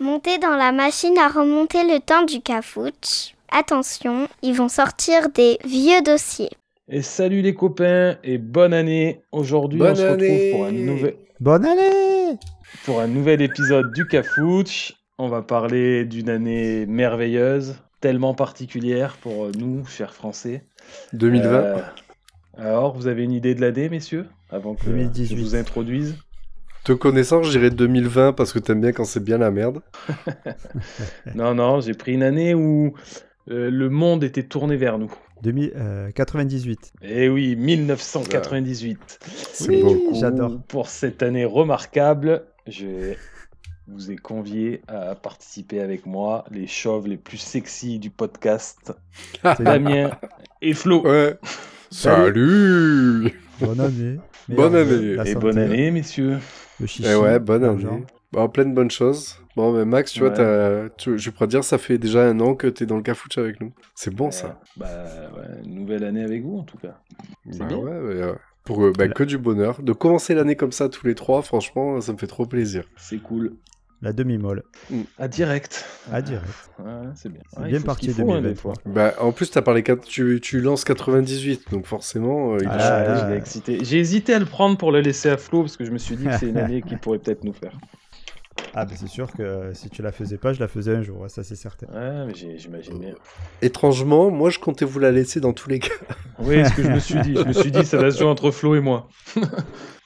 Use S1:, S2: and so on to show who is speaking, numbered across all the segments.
S1: Montez dans la machine à remonter le temps du cafouche. Attention, ils vont sortir des vieux dossiers.
S2: Et salut les copains et bonne année. Aujourd'hui,
S3: Bonne
S2: on se retrouve
S3: année.
S2: pour un nouvel
S4: Bonne année
S2: pour un nouvel épisode du Cafouche. On va parler d'une année merveilleuse, tellement particulière pour nous, chers Français.
S3: 2020.
S2: Euh, alors, vous avez une idée de l'année, messieurs, avant que
S4: 2018.
S2: je vous introduise
S3: Te connaissant, je dirais 2020 parce que t'aimes bien quand c'est bien la merde.
S2: Non, non, j'ai pris une année où euh, le monde était tourné vers nous.
S4: 2000, euh, 98.
S2: Eh oui, 1998.
S3: C'est
S4: Oui.
S3: beau.
S4: j'adore.
S2: Pour cette année remarquable, je vous ai convié à participer avec moi, les chauves les plus sexy du podcast,
S4: Ah.
S2: Damien et Flo.
S4: Euh,
S3: Ouais. Salut
S4: Bonne année.
S3: Bonne
S4: Meilleurs vœux,
S3: année.
S4: la
S2: et
S4: santé,
S2: bonne année, messieurs.
S4: Le chichi.
S3: Eh ouais, bonne
S4: l'argent.
S3: année. Bon, plein de bonnes choses. Bon, mais Max, tu
S2: Ouais.
S3: vois, t'as- tu- je pourrais dire, ça fait déjà un an que t'es dans le cafouche avec nous. C'est bon, ça.
S2: Euh, bah, ouais, nouvelle année avec vous, en tout cas. c'est
S3: Bah
S2: bien.
S3: ouais, mais, euh, pour euh, bah, que du bonheur. De commencer l'année comme ça, tous les trois, franchement, ça me fait trop plaisir.
S2: C'est cool.
S4: La demi-molle.
S3: Mm.
S2: À direct.
S4: À direct.
S2: Ouais, c'est bien.
S4: C'est
S2: Ouais, il
S4: bien
S2: faut
S4: parti
S2: ce qu'il faut, hein,
S4: 2023.
S2: des fois.
S3: Bah, en plus, t'as parlé, quatre- tu, tu lances 98, donc forcément, euh, il est
S4: Ah,
S3: chaud.
S2: Ah, là,
S4: là.
S2: je l'ai excité. J'ai hésité à le prendre pour le laisser à Flo parce que je me suis dit que c'est une année qui pourrait peut-être nous faire.
S4: Ah, bah c'est sûr que si tu la faisais pas, je la faisais un jour, ouais, ça c'est certain.
S2: Ouais, mais j'ai- j'imagine bien.
S3: Étrangement, moi, je comptais vous la laisser dans tous les cas.
S2: Oui, ce que je me suis dit. Je me suis dit, ça va se jouer entre Flo et moi.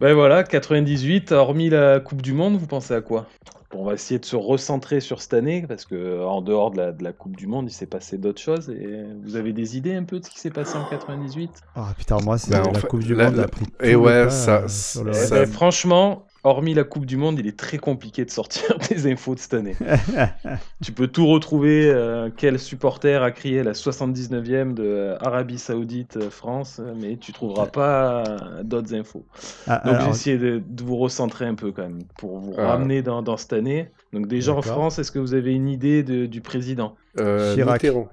S2: ben voilà, 98, hormis la Coupe du Monde, vous pensez à quoi Bon, On va essayer de se recentrer sur cette année, parce que en dehors de la, de la Coupe du Monde, il s'est passé d'autres choses. Et vous avez des idées un peu de ce qui s'est passé en 98
S4: Ah putain, moi c'est
S3: Bah, en
S4: la
S3: fait,
S4: Coupe du
S3: la-
S4: Monde,
S3: la-
S4: a pris.
S3: Et
S4: tous les
S3: ouais,
S4: pas,
S3: ça-
S4: euh, sur le-
S2: Eh
S3: ça-
S2: ben, Franchement, hormis la Coupe du Monde, il est très compliqué de sortir des infos de cette année. tu peux tout retrouver. euh, quel supporter a crié la 79e de euh, Arabie Saoudite euh, France, euh, mais tu trouveras pas euh, d'autres infos.
S4: Ah,
S2: Donc j'ai
S4: alors,
S2: essayé de, de vous recentrer un peu quand même pour vous
S3: Ah.
S2: ramener dans, dans cette année. Donc déjà en
S4: D'accord.
S2: France, est-ce que vous avez une idée de- du président
S3: Euh,
S4: Chirac.
S3: Mitterrand.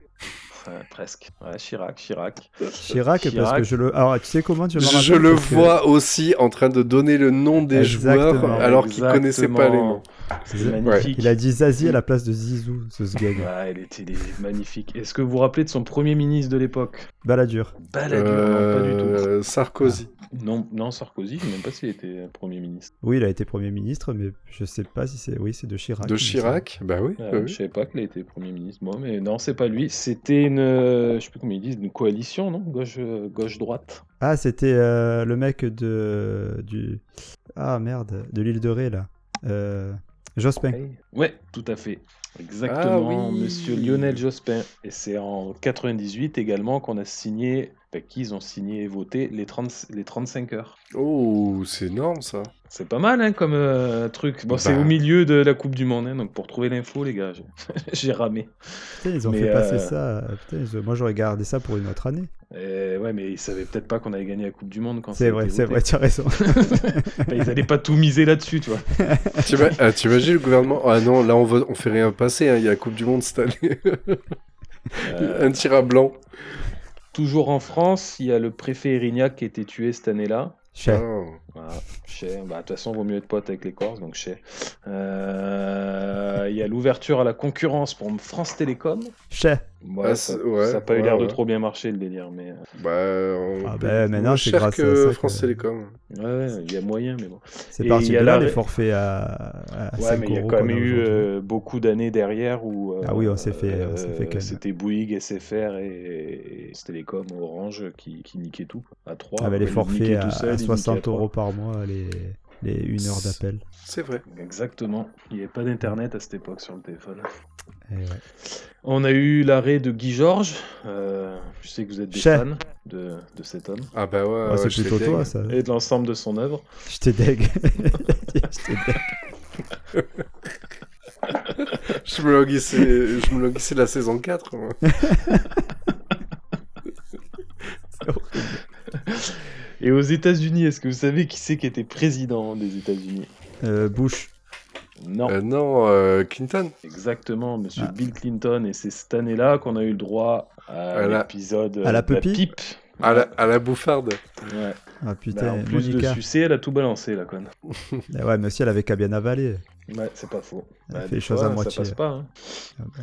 S2: Enfin, Presque. Ouais, Chirac, Chirac.
S4: Chirac, parce
S2: Chirac.
S4: que je le. Alors, tu sais comment tu me
S3: Je,
S4: rappelles,
S3: le
S4: parce que-
S3: vois aussi en train de donner le nom des
S4: Exactement.
S3: joueurs alors qu'il connaissait pas les noms.
S2: C'est
S4: Ouais.
S2: magnifique.
S4: Il a dit Zazie à la place de Zizou, ce ce gag.
S2: Ah, elle était il est magnifique. Est-ce que vous vous rappelez de son premier ministre de l'époque
S4: Balladur.
S2: Balladur, non, pas du
S3: Euh, Sarkozy.
S2: tout. Non, non, Sarkozy, je ne sais même pas s'il était premier ministre.
S4: Oui, il a été Premier ministre, mais je sais pas si c'est. Oui, c'est de Ah, Chirac.
S3: de
S4: il me semble.
S3: Chirac Bah oui.
S2: Euh,
S3: bah
S2: Je
S3: oui.
S2: savais pas qu'il a été premier ministre, moi, mais non, c'est pas lui. C'était une, euh, je sais plus comment ils disent, une coalition, non Gauche, euh, gauche-droite.
S4: Ah, c'était euh, le mec de du ah merde de l'île de Ré là. Euh, Jospin.
S2: Ouais, tout à fait. Exactement,
S3: Ah oui.
S2: monsieur Lionel Jospin. Et c'est en 98 également qu'on a signé, enfin, qu'ils ont signé et voté les, 30, les 35 heures.
S3: Oh, c'est énorme ça.
S2: C'est pas mal hein, comme euh, truc. Bon,
S3: Bah.
S2: c'est au milieu de la Coupe du Monde, hein, donc pour trouver l'info, les gars, j'ai- j'ai ramé.
S4: Putain, ils ont
S2: Mais,
S4: fait passer
S2: euh,
S4: ça. Putain, ils- moi j'aurais gardé ça pour une autre année.
S2: Euh, ouais, mais ils savaient peut-être pas qu'on allait gagner la Coupe du Monde quand ça
S4: C'est
S2: a
S4: vrai,
S2: été
S4: c'est
S2: voté.
S4: vrai, tu as raison.
S2: Enfin, ils allaient pas tout miser là-dessus, tu vois.
S3: Tu ima- ah, tu imagines le gouvernement Ah non, là on, va- on fait rien passer, hein, il y a la Coupe du Monde cette année.
S2: Euh,
S3: Un tir à blanc.
S2: toujours en France, il y a le préfet Erignac qui a été tué cette année-là.
S4: Chais.
S3: Oh.
S2: Voilà, Chez. Bah, de toute façon, vaut mieux être pote avec les Corses, donc chez. Euh, Il y a l'ouverture à la concurrence pour France Télécom.
S4: Chais.
S2: Ouais,
S3: Ah,
S2: ça
S3: c'est- ouais,
S2: ça a pas eu l'air
S3: ouais,
S2: de
S3: ouais.
S2: trop bien marcher le délire, mais. euh,
S3: Bah, on
S4: Ah
S3: paye
S4: bah,
S3: moins
S4: maintenant, c'est
S3: cher
S4: grâce à
S3: que
S4: ça que-
S3: France Télécom.
S2: Ouais, il y a moyen, mais bon.
S4: C'est
S2: Et
S4: parti
S2: il y
S4: de
S2: a
S4: là
S2: la-
S4: les forfaits à, à
S2: Ouais,
S4: 5
S2: mais il y a
S4: euros
S2: quand
S4: qu'on
S2: même
S4: a
S2: eu
S4: aujourd'hui.
S2: euh, beaucoup d'années derrière où. euh,
S4: Ah oui, on s'est fait- on s'est fait ken.
S2: C'était Bouygues, SFR et, et Télécom, Orange qui, qui niquaient tout. À 3.
S4: avec Ah, bah, les forfaits à, à 60 euros par mois les les une heure d'appel.
S3: C'est vrai.
S2: Exactement. Il n'y avait pas d'internet à cette époque sur le téléphone.
S4: Eh ouais.
S2: On a eu l'arrêt de Guy Georges. Euh, je sais que vous êtes des
S4: Chef.
S2: fans de, de cet homme
S3: Ah bah ouais.
S4: Ah,
S2: Euh,
S3: ouais,
S4: c'est
S3: je
S4: plutôt
S3: l'ai
S4: toi
S3: dingue.
S4: ça.
S2: et de l'ensemble de son œuvre.
S4: Je t'ai deg. Je t'ai deg.
S3: Je me languissais je me languissais la saison 4. moi.
S2: Et aux États-Unis, est-ce que vous savez qui c'est qui était président des États-Unis
S4: Euh, Bush.
S2: Non.
S3: Euh, non, euh, Clinton.
S2: Exactement, monsieur
S4: Ah.
S2: Bill Clinton. Et c'est cette année-là qu'on a eu le droit à,
S3: À la-
S2: l'épisode euh,
S4: à la
S2: de
S4: pupille
S2: pipe.
S3: À la, à la bouffarde.
S2: Ouais.
S4: Ah
S2: Bah,
S4: putain,
S2: en plus de
S4: Monica.
S2: sucer, elle a tout balancé, la conne.
S4: Ah ouais, mais aussi elle avait qu'à bien avaler.
S2: Ouais, c'est pas faux.
S4: Elle
S2: Bah,
S4: fait
S2: des
S4: les choses
S2: fois,
S4: à moitié.
S2: Ça passe pas. hein.
S4: Ah bah,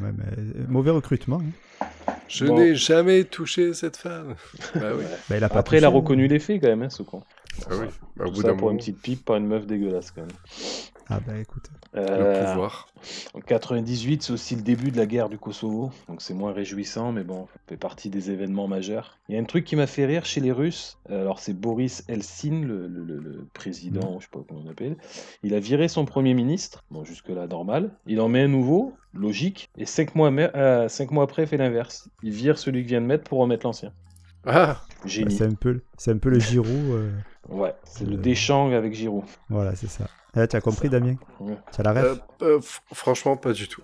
S4: euh, ouais, mais, euh, mauvais recrutement. hein.
S3: Je
S2: Bon.
S3: n'ai jamais touché cette femme. bah oui.
S4: Bah, il a pas
S2: Après, il a
S4: touché,
S2: reconnu les faits quand même, hein, ce con.
S3: Ah oui. Bah, au
S2: Tout
S3: bout
S2: ça
S3: d'un
S2: pour
S3: moment,
S2: une petite pipe, par une meuf dégueulasse quand même.
S4: hein. Ah bah écoute.
S3: le
S2: Euh,
S3: pouvoir.
S2: en 98, c'est aussi le début de la guerre du Kosovo, donc c'est moins réjouissant, mais bon, ça fait partie des événements majeurs. Il y a un truc qui m'a fait rire chez les Russes, euh, alors c'est Boris Eltsine, le, le- le- le président, je sais pas comment on appelle, il a viré son premier ministre, bon jusque-là normal, il en met un nouveau, logique, et cinq mois, mer- euh, cinq mois après, il fait l'inverse. Il vire celui qu'il vient de mettre pour remettre l'ancien.
S3: Ah
S4: Bah,
S2: Génie.
S4: c'est un peu, c'est un peu le Giroud. euh,
S2: Ouais, c'est le
S4: Euh.
S2: Deschamps avec Giroud.
S4: Voilà, c'est ça. Eh, tu as compris, Damien
S2: Ouais.
S4: Tu as la ref
S3: Euh, euh, f- franchement, pas du tout.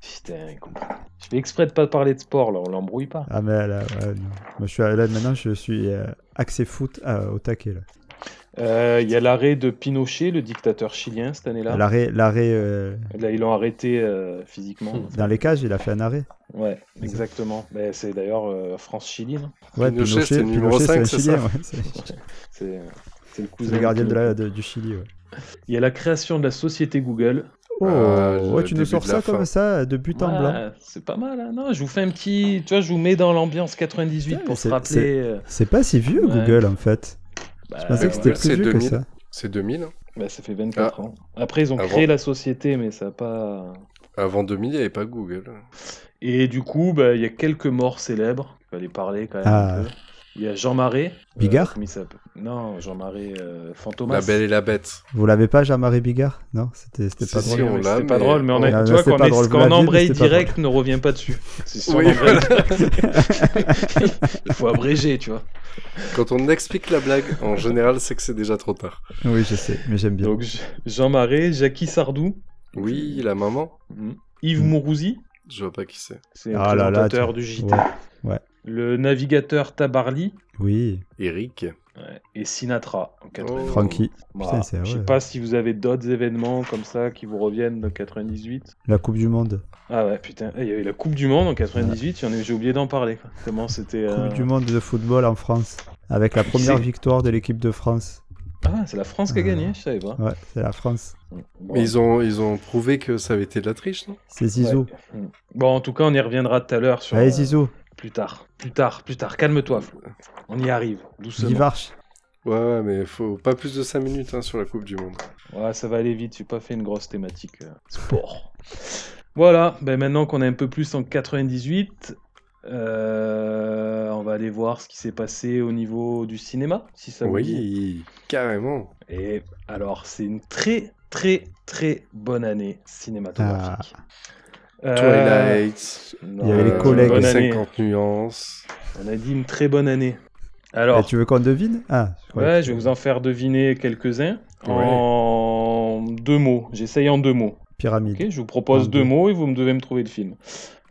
S2: Putain, il comprend. Je fais exprès de pas parler de sport, là, on l'embrouille pas.
S4: Ah mais là, ouais, non. Moi, je suis à- là maintenant, je suis euh, axé foot euh, au taquet là.
S2: Euh, Il y a l'arrêt de Pinochet, le dictateur chilien, cette année-là. Là,
S4: L'arrêt, l'arrêt euh,
S2: ils l'ont arrêté euh, physiquement.
S3: Hmm.
S4: dans les cages, il a fait un arrêt.
S2: Ouais, exactement. Mais c'est d'ailleurs euh, France-Chili, non
S4: Ouais,
S3: Pinochet, c'est le numéro
S4: Pinochet,
S3: cinq,
S4: un
S3: c'est
S4: Chilien,
S3: ça
S4: ouais, c'est-
S2: C'est c'est le
S4: c'est
S2: cousin.
S4: le gardien
S2: de
S4: de la- de- du Chili. Ouais.
S2: Il y a la création de la société Google.
S4: Oh,
S3: Ah, le
S4: ouais, tu nous
S3: début
S4: sors
S3: de la
S4: ça
S3: fin.
S4: comme ça, de but en
S2: Ouais,
S4: blanc.
S2: c'est pas mal, hein. non Je vous fais un petit. Tu vois, je vous mets dans l'ambiance 98
S4: Ouais,
S2: pour se
S4: c'est-
S2: rappeler. euh,
S4: C'est pas si vieux
S2: Ouais.
S4: Google en fait.
S2: bah,
S4: Je pensais que c'était
S2: ouais.
S3: Google,
S4: plus
S3: c'est
S4: vieux que
S3: 2000.
S4: ça.
S3: C'est 2000. hein.
S2: Bah, ça fait 24 ans. Après, ils ont
S3: Ah
S2: créé
S3: bon
S2: la société, mais ça n'a pas.
S3: Avant 2000, il n'y avait pas Google.
S2: Et du coup, bah, il y a quelques morts célèbres. Il fallait parler quand même.
S4: Ah.
S2: un peu. Il y a Jean Marais. euh,
S4: Bigard
S2: comment il s'appelle Non, Jean Marais euh, Fantomas.
S3: La Belle et la Bête.
S4: Vous l'avez pas, Jean-Marie Bigard Non, c'était c'était
S3: Si,
S4: pas
S3: si,
S4: drôle.
S3: on
S2: mais
S3: l'a,
S2: C'était pas
S3: mais-
S2: drôle, mais on a,
S4: Ouais,
S2: tu
S4: Ah, mais
S2: vois
S4: c'est
S2: qu'on
S4: pas
S2: est-
S4: drôle, vous
S2: qu'on
S4: l'avez, mais
S2: embraye
S4: c'était pas
S2: direct ne revient pas dessus. C'est si on
S3: Oui,
S2: embraye- Il faut abréger, tu vois.
S3: Quand on explique la blague, en général, c'est que c'est déjà trop tard.
S4: Oui, je sais, mais j'aime bien.
S2: Donc Je- Jean Marais, Jackie Sardou,
S3: Oui, la maman,
S2: Mhm. Yves
S4: Mm.
S2: Mourouzi,
S3: je vois pas qui c'est.
S2: c'est un
S4: Ah là là,
S2: présentateur
S4: tu-
S2: du JT.
S4: ouais, ouais.
S2: Le navigateur Tabarly
S4: Oui,
S3: Eric.
S2: ouais, et Sinatra en 98.
S3: Oh.
S4: Francky.
S2: Voilà.
S4: Putain, c'est
S2: Je
S4: vrai.
S2: sais pas si vous avez d'autres événements comme ça qui vous reviennent de 98.
S4: La Coupe du Monde.
S2: Ah ouais, putain, eh, il y avait la Coupe du Monde en 98, j'en ai- j'ai oublié d'en parler. quoi. Comment c'était. euh,
S4: Coupe du Monde de football en France. Avec la première
S2: C'est-
S4: victoire de l'équipe de France.
S2: Ah, c'est la France qui a
S4: Euh,
S2: gagné, je savais pas.
S4: Ouais, c'est la France.
S2: Bon.
S3: Mais ils ont, ils ont prouvé que ça avait été de la triche, non
S4: C'est Zizou.
S2: Bon, en tout cas, on y reviendra tout à l'heure sur.
S4: Allez,
S2: euh,
S4: Zizou,
S2: Plus tard, plus tard, plus tard. Calme-toi. Flo. On y arrive, doucement.
S4: Givarche.
S3: Ouais, ouais, mais faut pas plus de 5 minutes hein, sur la Coupe du Monde.
S2: Ouais, ça va aller vite. J'ai pas fait une grosse thématique euh, sport. voilà. Ben maintenant qu'on est un peu plus en 98, euh, on va aller voir ce qui s'est passé au niveau du cinéma, si ça vous dit.
S3: Oui, carrément.
S2: Et alors, c'est une très, très, très bonne année cinématographique.
S4: Ah.
S2: Euh,
S3: Twilight.
S2: non,
S4: Il y avait les
S2: euh,
S4: collègues.
S2: bonne année.
S3: 50 nuances.
S2: On a dit une très bonne année.
S4: Eh,
S2: Alors,
S4: tu veux qu'on devine Ah, je
S2: ouais,
S4: croyais que-
S2: je vais vous en faire deviner quelques-uns
S3: Ouais.
S2: en deux mots. J'essaye en deux mots.
S4: Pyramide.
S2: Ok, je vous propose
S4: En
S2: deux
S4: deux.
S2: mots et vous me devez me trouver le film.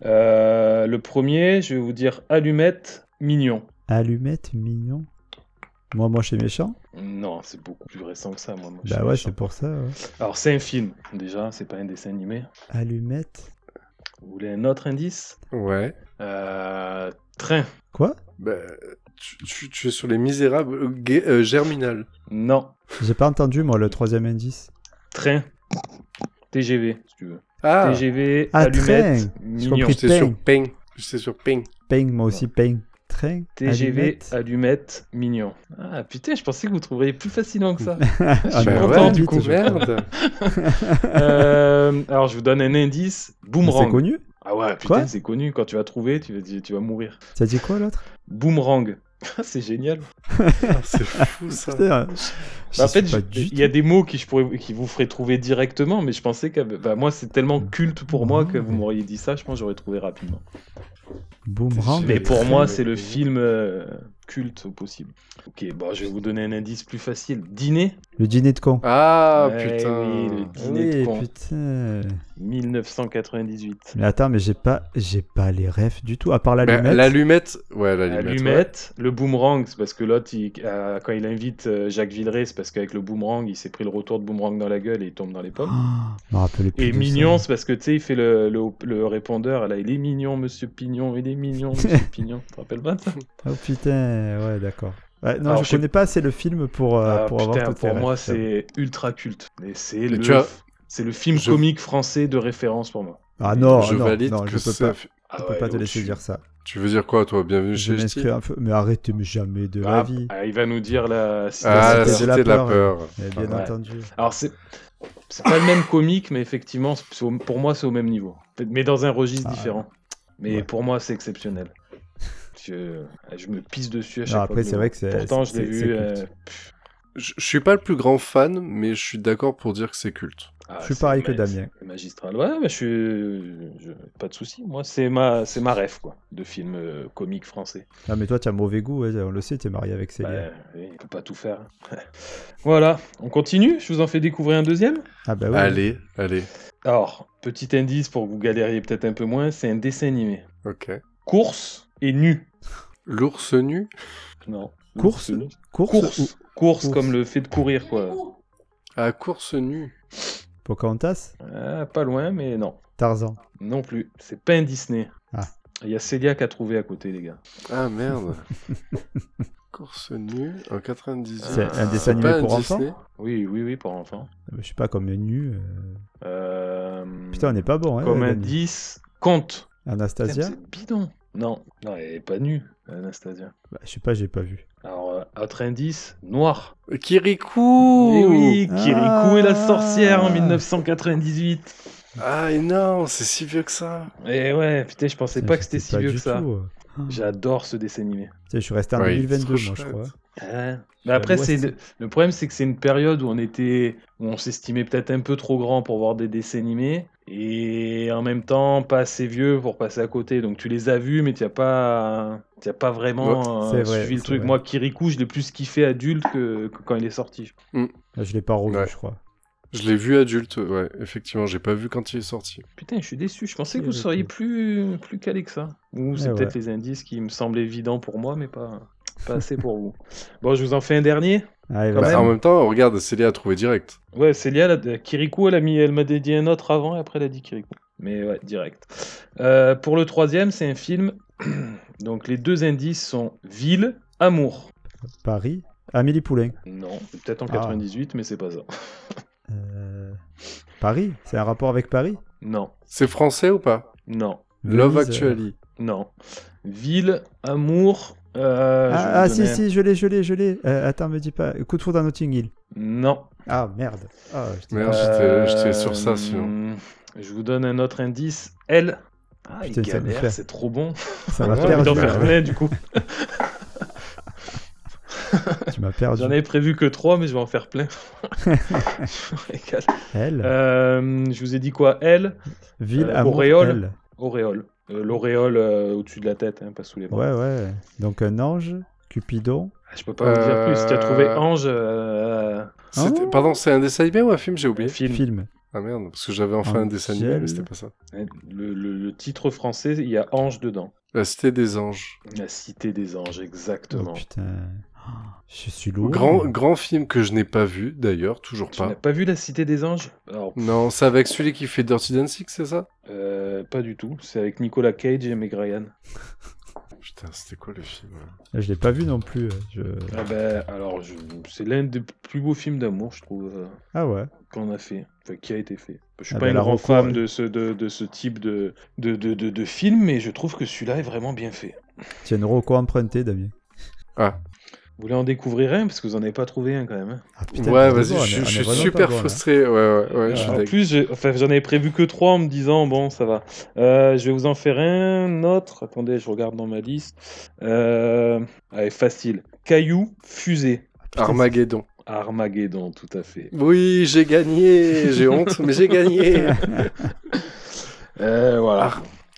S2: Euh, le premier, je vais vous dire allumette, mignon.
S4: Allumette, mignon. Moi, moi, je suis méchant.
S2: Non, c'est beaucoup plus récent que ça, moi. moi, je
S4: Bah
S2: suis
S4: ouais,
S2: méchant.
S4: c'est pour ça. ouais.
S2: Alors, c'est un film, déjà, c'est pas un dessin animé.
S4: Allumette.
S2: Vous voulez un autre indice
S3: Ouais.
S2: Euh, Train.
S4: Quoi
S3: Bah, tu, tu- tu es sur les misérables. euh, Gue- euh, Germinal.
S2: Non,
S4: J'ai pas entendu, moi, le troisième indice.
S2: train. TGV, si tu veux.
S3: Ah,
S2: TGV,
S4: Ah,
S2: allumette,
S4: train. J'ai
S2: mignon.
S4: compris.
S3: j'étais sur
S4: Ping.
S3: Ping. J'étais sur Ping.
S4: Ping, moi aussi, ping. Train.
S2: TGV,
S4: allumette.
S2: allumette, mignon. Ah putain, je pensais que vous trouveriez plus facilement que ça.
S4: Ah,
S2: suis
S4: mais
S3: Bah
S2: content,
S4: ouais,
S2: du
S4: vite,
S2: coup.
S4: je-
S3: Merde.
S2: Euh, alors je vous donne un indice, boomerang.
S4: C'est connu
S2: Ah ouais, putain,
S4: Quoi
S2: c'est connu. Quand tu vas trouver, tu vas, tu vas mourir.
S4: Ça dit quoi l'autre
S2: Boomerang. Ah, c'est génial.
S3: Ah, c'est fou ça.
S4: Putain,
S2: Bah, en
S4: j'y suis
S2: fait,
S4: pas
S2: je-
S4: du
S2: il y a
S4: tout.
S2: des mots qui, je pourrais, qui vous feraient trouver directement, mais je pensais que bah, moi, c'est tellement culte pour moi que vous m'auriez dit ça, je pense que j'aurais trouvé rapidement.
S4: Boomerang.
S2: Mais
S3: Mais
S2: pour
S3: très
S2: moi,
S3: bien.
S2: c'est le film euh, culte au possible. Ok, bon, je vais vous donner un indice plus facile. Dîner
S4: Le dîner de con.
S3: Ah
S2: Ouais, Eh oui, le
S3: putain.
S2: dîner de
S4: oui,
S2: con,
S4: putain.
S2: 1998.
S4: Mais attends, mais j'ai pas, j'ai pas les refs du tout, à part l'allumette.
S3: Bah, L'allumette. Ouais, l'allumette. ouais.
S2: L'allumette, le boomerang, c'est parce que l'autre, il- euh, quand il invite euh, Jacques Villeray, c'est parce qu'avec le boomerang, il s'est pris le retour de boomerang dans la gueule et il tombe dans les
S4: Oh,
S2: pommes.
S4: je me
S3: Ah,
S4: rappelais plus
S2: Et
S4: de ça.
S2: mignon, c'est parce que tu sais, il fait le, le, le répondeur, là, il est mignon, monsieur Pignon, il est mignon, monsieur Pignon. Tu te rappelles pas de ça
S4: Oh putain, ouais, d'accord. Ouais, non,
S2: Alors,
S4: je
S2: j'ai-
S4: connais pas assez le film pour, euh,
S2: Ah,
S4: pour
S2: putain,
S4: avoir toutes tes
S2: pour moi,
S4: refs.
S2: c'est ultra culte. Et c'est
S3: Mais
S2: le,
S3: tu vois,
S2: c'est le film
S3: je-
S2: comique français de référence pour moi.
S4: Ah non,
S3: je
S4: non,
S3: valide
S4: non,
S3: que
S4: je peux
S3: ça
S4: pas,
S3: fait-
S2: Ah
S4: je peux
S2: ouais,
S4: pas te
S2: au-dessus.
S4: laisser dire ça.
S3: Tu veux dire quoi, toi Bienvenue
S4: Je
S3: chez
S4: m'inscris
S3: Ch'ti
S4: un peu. Mais arrêtez, mais jamais de la
S2: Ah,
S4: vie.
S2: ah, il va nous dire la
S3: Ah, la
S2: citation.
S3: cité de la peur.
S4: Mais Eh, bien
S2: Ouais.
S4: entendu.
S2: Alors, c'est c'est pas le même comique, mais effectivement, c'est au- pour moi, c'est au même niveau. Mais dans un registre
S4: Ah,
S2: différent. Mais
S4: ouais.
S2: pour moi, c'est exceptionnel. Je, je me pisse dessus à chaque
S4: Non,
S2: fois.
S4: après,
S2: je
S4: c'est
S2: le
S4: vrai
S2: vois.
S4: que c'est.
S2: Pourtant, je l'ai
S4: c'est- c'est
S2: vu. euh,
S4: culte.
S3: Je, je suis pas le plus grand fan, mais je suis d'accord pour dire que c'est culte.
S2: ah,
S4: Je suis
S2: c'est
S4: pareil que
S2: ma-
S4: Damien.
S2: c'est Magistral. Ouais, mais je suis. je- Pas de souci. Moi, c'est ma, c'est ma rêve, quoi, de film euh, comique français.
S4: Ah, mais toi, t'as mauvais goût, ouais, on le sait, t'es marié avec Célia.
S2: Bah, oui, on peut pas tout faire. voilà, on continue. Je vous en fais découvrir un deuxième.
S4: Ah, bah oui.
S3: Allez, allez.
S2: Alors, petit indice pour que vous galériez peut-être un peu moins c'est un dessin animé.
S3: Ok.
S2: Course et nu.
S3: L'ours nu
S2: Non.
S4: Course
S2: Non.
S4: Course,
S2: Course.
S4: ou
S2: Course, course
S4: course.
S2: comme le fait de courir, quoi.
S3: Ah, course nu.
S4: Pocahontas
S2: Ah, pas loin, mais non.
S4: Tarzan.
S2: Non plus. C'est pas un Disney.
S4: Ah.
S2: Il y a Célia qui a trouvé à côté, les gars.
S3: Ah merde. course nu en
S2: Ah.
S3: 98.
S4: C'est un dessin
S3: C'est
S4: animé
S3: pas un
S4: pour
S3: Disney
S2: Oui, oui, oui, pour enfants.
S4: Euh, Je sais pas, comme nu. euh,
S2: Euh,
S4: Putain, on n'est pas bon, hein.
S2: Comme
S4: Dani.
S2: indice, compte.
S4: Anastasia
S2: Putain, C'est bidon. Non, non, elle est pas nue, Anastasia.
S4: Bah, Je sais pas, j'ai pas vu.
S2: Alors, euh, autre indice, noir.
S3: Kirikou
S2: Eh oui, Kirikou et la
S4: Ah.
S2: sorcière en 1998.
S3: Ah, énorme, c'est si vieux que ça.
S2: Eh ouais, putain, je pensais pas que c'était
S4: J'étais
S2: si vieux
S4: du
S2: que ça.
S4: tout, euh.
S2: J'adore ce dessin animé.
S4: Tu sais, Je suis resté en
S3: Ouais,
S4: 2022,
S3: trop
S4: moi, je
S3: chouette.
S4: crois.
S2: Hein. Mais après,
S4: l'ouest.
S2: c'est le, le problème, c'est que c'est une période où on était, où on s'estimait peut-être un peu trop grand pour voir des dessins animés, et en même temps pas assez vieux pour passer à côté. Donc tu les as vus, mais tu as pas, tu as pas vraiment
S4: Ouais,
S2: euh,
S4: c'est vrai,
S2: suivi le
S4: c'est
S2: truc.
S4: vrai.
S2: Moi, Kirikou, je l'ai plus kiffé adulte que, que quand il est sorti.
S4: Là, je l'ai pas revu,
S3: Ouais.
S4: je crois.
S3: Je l'ai vu adulte, ouais, effectivement, j'ai pas vu quand il est sorti.
S2: Putain, je suis déçu. Je pensais que vous
S4: Kirikou.
S2: seriez plus, plus calé que ça. Ou c'est
S4: Eh
S2: peut-être les indices qui me semblent évidents pour moi, mais pas, pas assez pour vous. Bon, je vous en fais un dernier.
S4: Allez,
S2: Quand
S4: vas-y.
S3: Bah,
S2: même.
S3: en même temps, regarde, Célia a trouvé direct.
S2: Ouais, Célia, elle a- Kirikou, elle a mis, elle m'a dédié un autre avant et après elle a dit Kirikou. Mais ouais, direct. Euh, pour le troisième, c'est un film. Donc les deux indices sont ville, amour.
S4: Paris. Amélie Poulain.
S2: Non, c'est peut-être en
S4: Ah.
S2: 98, mais c'est pas ça.
S4: Euh, Paris C'est un rapport avec Paris
S2: Non,
S3: C'est français ou pas
S2: non,
S3: Love
S4: Venise, euh,
S3: Actually.
S2: non. Ville, amour. euh, je vais
S4: Ah, ah,
S2: vous
S4: si,
S2: donner un-
S4: si, je l'ai, je l'ai, je l'ai. Euh, attends, me dis pas. Coup de foudre à Notting Hill.
S2: Non.
S4: Ah, merde. Ah, je t'ai
S3: Merde.
S4: pas-
S3: j'étais- j'étais sur ça,
S2: Euh,
S3: sinon.
S2: Je vous donne un autre indice. Elle. Ah, il
S4: Putain, ça va
S2: galère,
S4: faire-
S2: c'est trop bon.
S4: Ça m'a
S3: Ouais,
S2: J'ai envie
S4: perdu.
S2: d'en faire plein, du coup.
S4: Tu m'as perdu.
S2: J'en avais prévu que 3, mais je vais en faire plein. Je me régale.
S4: Elle
S2: Euh, je vous ai dit quoi Elle,
S4: Ville,
S2: euh,
S4: amour,
S2: auréole.
S4: elle.
S2: auréole. Euh, L'auréole euh, au-dessus de la tête, hein, pas sous les bras. Ah,
S4: Ouais, ouais. Donc un ange, Cupidon.
S2: Je peux pas vous dire plus. Tu as trouvé Ange, euh,
S3: C'était-
S4: Ah.
S3: Pardon, c'est un dessin animé ou un film J'ai oublié.
S2: le film.
S4: Film. Oh,
S3: Ah merde, parce que j'avais enfin
S4: Un
S3: un dessin animé,
S4: ciel.
S3: mais c'était pas ça.
S2: Hein, Le, le- le titre français, il y a Ange dedans.
S3: La Cité Euh, des Anges.
S2: La Cité des Anges,
S4: Oh
S2: exactement.
S4: putain. Oh, Je suis lourd.
S3: Grand, grand film que je n'ai pas vu, d'ailleurs, toujours
S2: tu
S3: pas.
S2: n'as pas vu La Cité des Anges Alors,
S3: Non, c'est avec celui qui fait Dirty Dancing, c'est ça
S2: euh, pas du tout. C'est avec Nicolas Cage et Meg Ryan.
S3: Putain, c'était quoi le film là
S4: Ah, Je l'ai pas vu non plus. euh, Je...
S2: Ah ben, alors, je- c'est l'un des plus beaux films d'amour, je trouve. euh,
S4: Ah ouais.
S2: qu'on a fait, enfin, qui a été fait. Je suis
S4: Ah
S2: pas
S4: bah,
S2: une
S4: la
S2: grande
S4: reco,
S2: femme
S4: ouais.
S2: de ce, de, de ce type de, de, de, de, de film, mais je trouve que celui-là est vraiment bien fait.
S4: Tiens, une reco empruntée, Damien.
S2: Vous voulez en découvrir un Parce que vous en avez pas trouvé un quand même. hein.
S4: Ah, putain,
S3: Ouais,
S4: t'as
S3: vas-y,
S4: raison, on est-
S3: je, je
S4: on est
S3: suis
S4: vraiment pas
S3: super
S4: bon, hein. là.
S3: frustré. Ouais, ouais,
S4: Ah.
S3: ouais, je suis
S2: Ah, en
S3: d'accord.
S2: plus, je- enfin, j'en avais prévu que trois en me disant, bon, ça va. Euh, je vais vous en faire un autre. Attendez, je regarde dans ma liste. Euh... Allez, facile. Caillou, fusée.
S4: hein. Putain,
S3: Armageddon.
S2: Armageddon, tout à fait.
S3: Oui, j'ai gagné. J'ai honte, mais j'ai gagné.
S2: Euh, voilà.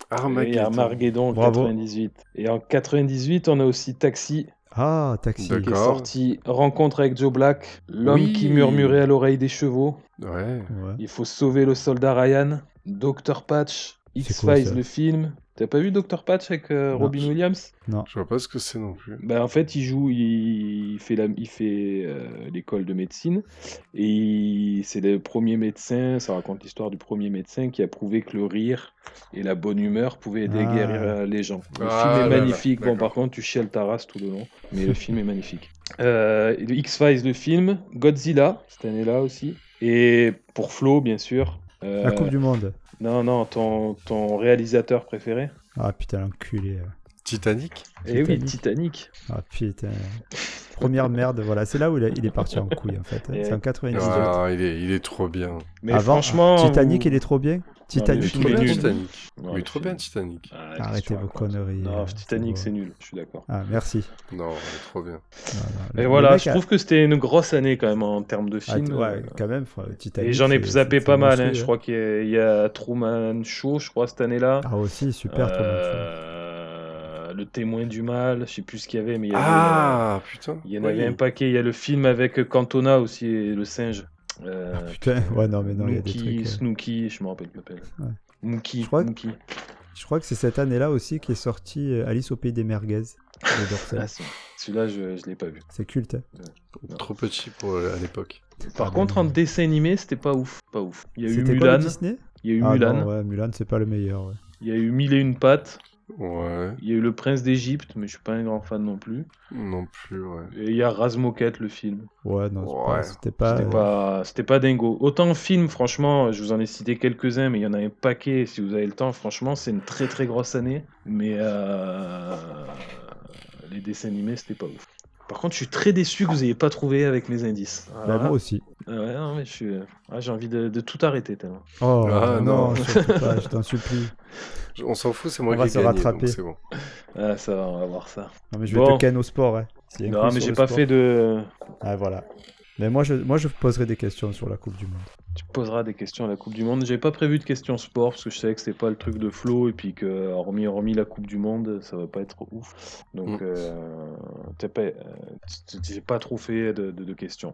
S3: Ar-
S2: Et
S3: Armageddon.
S2: Armageddon en
S4: Bravo.
S2: 98. Et en 98, on a aussi Taxi.
S4: Ah, taxi.
S3: D'accord.
S2: qui est sorti Rencontre avec Joe Black, l'homme
S3: Oui.
S2: qui murmurait à l'oreille des chevaux,
S3: Ouais.
S4: Ouais.
S2: Il faut sauver le soldat Ryan, Dr Patch,
S4: C'est quoi,
S2: X-Files
S4: ça
S2: le film, T'as pas vu Dr. Patch avec euh,
S4: Non.
S2: Robin Williams
S3: Je vois pas ce que c'est non plus.
S2: Ben, en fait, il joue, il, il fait la- il fait euh, l'école de médecine et il- c'est le premier médecin. Ça raconte l'histoire du premier médecin qui a prouvé que le rire et la bonne humeur pouvaient aider à
S4: Ah.
S2: guérir euh, les gens. Le
S3: Ah
S2: film est
S3: là là,
S2: magnifique. bon,
S3: d'accord.
S2: par contre, tu chiales ta race tout le long, mais le film est magnifique. Euh, le X-Files, le film, Godzilla cette année-là aussi, et pour Flo, bien sûr. euh,
S4: La Coupe du Monde.
S2: Non, non, ton, ton réalisateur préféré.
S4: Ah putain, l'enculé. euh.
S3: Titanic
S2: Eh oui,
S4: Titanic.
S2: Titanic.
S4: Ah putain. Première merde, voilà. C'est là où il, a- il est parti en couille en fait. hein.
S2: Et-
S4: C'est en 98.
S3: Ah, il est, il est trop bien.
S2: Mais
S4: Avant,
S2: franchement,
S4: Titanic,
S2: vous-
S4: il est trop bien.
S2: Le
S3: Il est
S4: Titanic,
S2: film
S3: trop
S2: est
S3: bien,
S2: nul.
S3: Titanic.
S2: Ouais,
S3: Il
S2: le
S3: est trop
S2: film.
S3: bien, Titanic.
S2: Ah, qu'est-ce que tu
S4: Arrêtez vos
S2: racontes
S4: conneries.
S2: Non,
S4: euh,
S2: Titanic,
S4: beau.
S2: c'est nul, je suis d'accord.
S4: Ah, merci.
S3: Non, il est trop bien.
S4: Non, non, le-
S2: Et
S4: le
S2: voilà,
S4: mec
S2: je
S4: a-
S2: trouve que c'était une grosse année quand même en termes de
S4: Ah,
S2: films.
S4: ouais,
S2: Euh,
S4: quand même, faut- Titanic.
S2: Et j'en ai
S4: c'est-
S2: zappé
S4: c'est
S2: pas mal, hein.
S4: monstrueux,
S2: je
S4: hein.
S2: crois qu'il y a- il y, a Truman Show, je crois, cette année-là.
S4: Ah aussi, super. trop bien, tu vois.
S2: Euh, Le témoin du mal, je sais plus ce qu'il y avait, mais il y avait,
S3: Ah, putain.
S2: euh, il y en
S3: Oui.
S2: avait un paquet. Il y a le film avec Cantona aussi, et le singe. Euh,
S4: Ah, putain, ouais, non, mais non, il y a des
S2: Mookie,
S4: trucs. euh.
S2: Snooki, je me rappelle plus l'appel.
S4: Ouais.
S2: Mookie,
S4: Je crois que-
S2: Mookie.
S4: Je crois que c'est cette année-là aussi qui est sorti euh, Alice au pays des merguez. de Dorcel.
S2: Ah, c'est- Celui-là, je, je l'ai pas vu.
S4: c'est culte. hein.
S3: Trop petit pour euh, à l'époque.
S2: Par
S4: Pardon.
S2: contre, en dessin animé, c'était pas ouf, pas ouf. Il y a eu
S4: Ah C'était quoi
S2: Mulan,
S4: le Disney
S2: il y a eu
S4: Ah
S2: Mulan,
S4: non, ouais, Mulan, c'est pas le meilleur. ouais.
S2: il y a eu Mille et une pattes,
S3: Ouais,
S2: il y a eu Le Prince d'Égypte, mais je suis pas un grand fan non plus.
S3: non plus, ouais.
S2: Et il y a Razmoket le film.
S4: Ouais, non, c'est
S3: Ouais.
S4: pas- c'était pas.
S2: C'était
S4: euh,
S2: pas, c'était pas dingo. Autant film, franchement, je vous en ai cité quelques-uns, mais il y en a un paquet. Si vous avez le temps, franchement, c'est une très très grosse année. Mais euh, les dessins animés, c'était pas ouf. Par contre, je suis très déçu que vous ayez pas trouvé avec mes indices. Ah,
S4: bah, moi aussi.
S2: ah ouais, non, mais je suis, ah, j'ai envie de, de tout arrêter tellement.
S4: Oh
S3: Ah,
S4: non,
S3: non.
S4: surtout pas, je t'en supplie.
S3: Je- On s'en fout, c'est
S4: On
S3: moi
S4: va
S3: qui ai
S4: se
S3: gagné,
S4: rattraper.
S3: donc c'est bon.
S2: Ah, ça va, on va voir ça.
S4: Non, mais je vais
S2: Bon.
S4: te ken au sport. hein. S'il y a une
S2: Non,
S4: quiz
S2: mais
S4: sur
S2: j'ai
S4: le
S2: pas
S4: sport.
S2: fait de.
S4: Ah, voilà. Mais moi je, moi, je poserai des questions sur la Coupe du Monde.
S2: Tu poseras des questions à la Coupe du Monde. J'avais pas prévu de questions sport parce que je savais que c'était pas le truc de Flo et puis que, hormis, hormis la Coupe du Monde, ça va pas être ouf. Donc,
S3: Mm.
S2: euh, t'as pas- euh, t- t- j'ai pas trop fait de, de- de questions.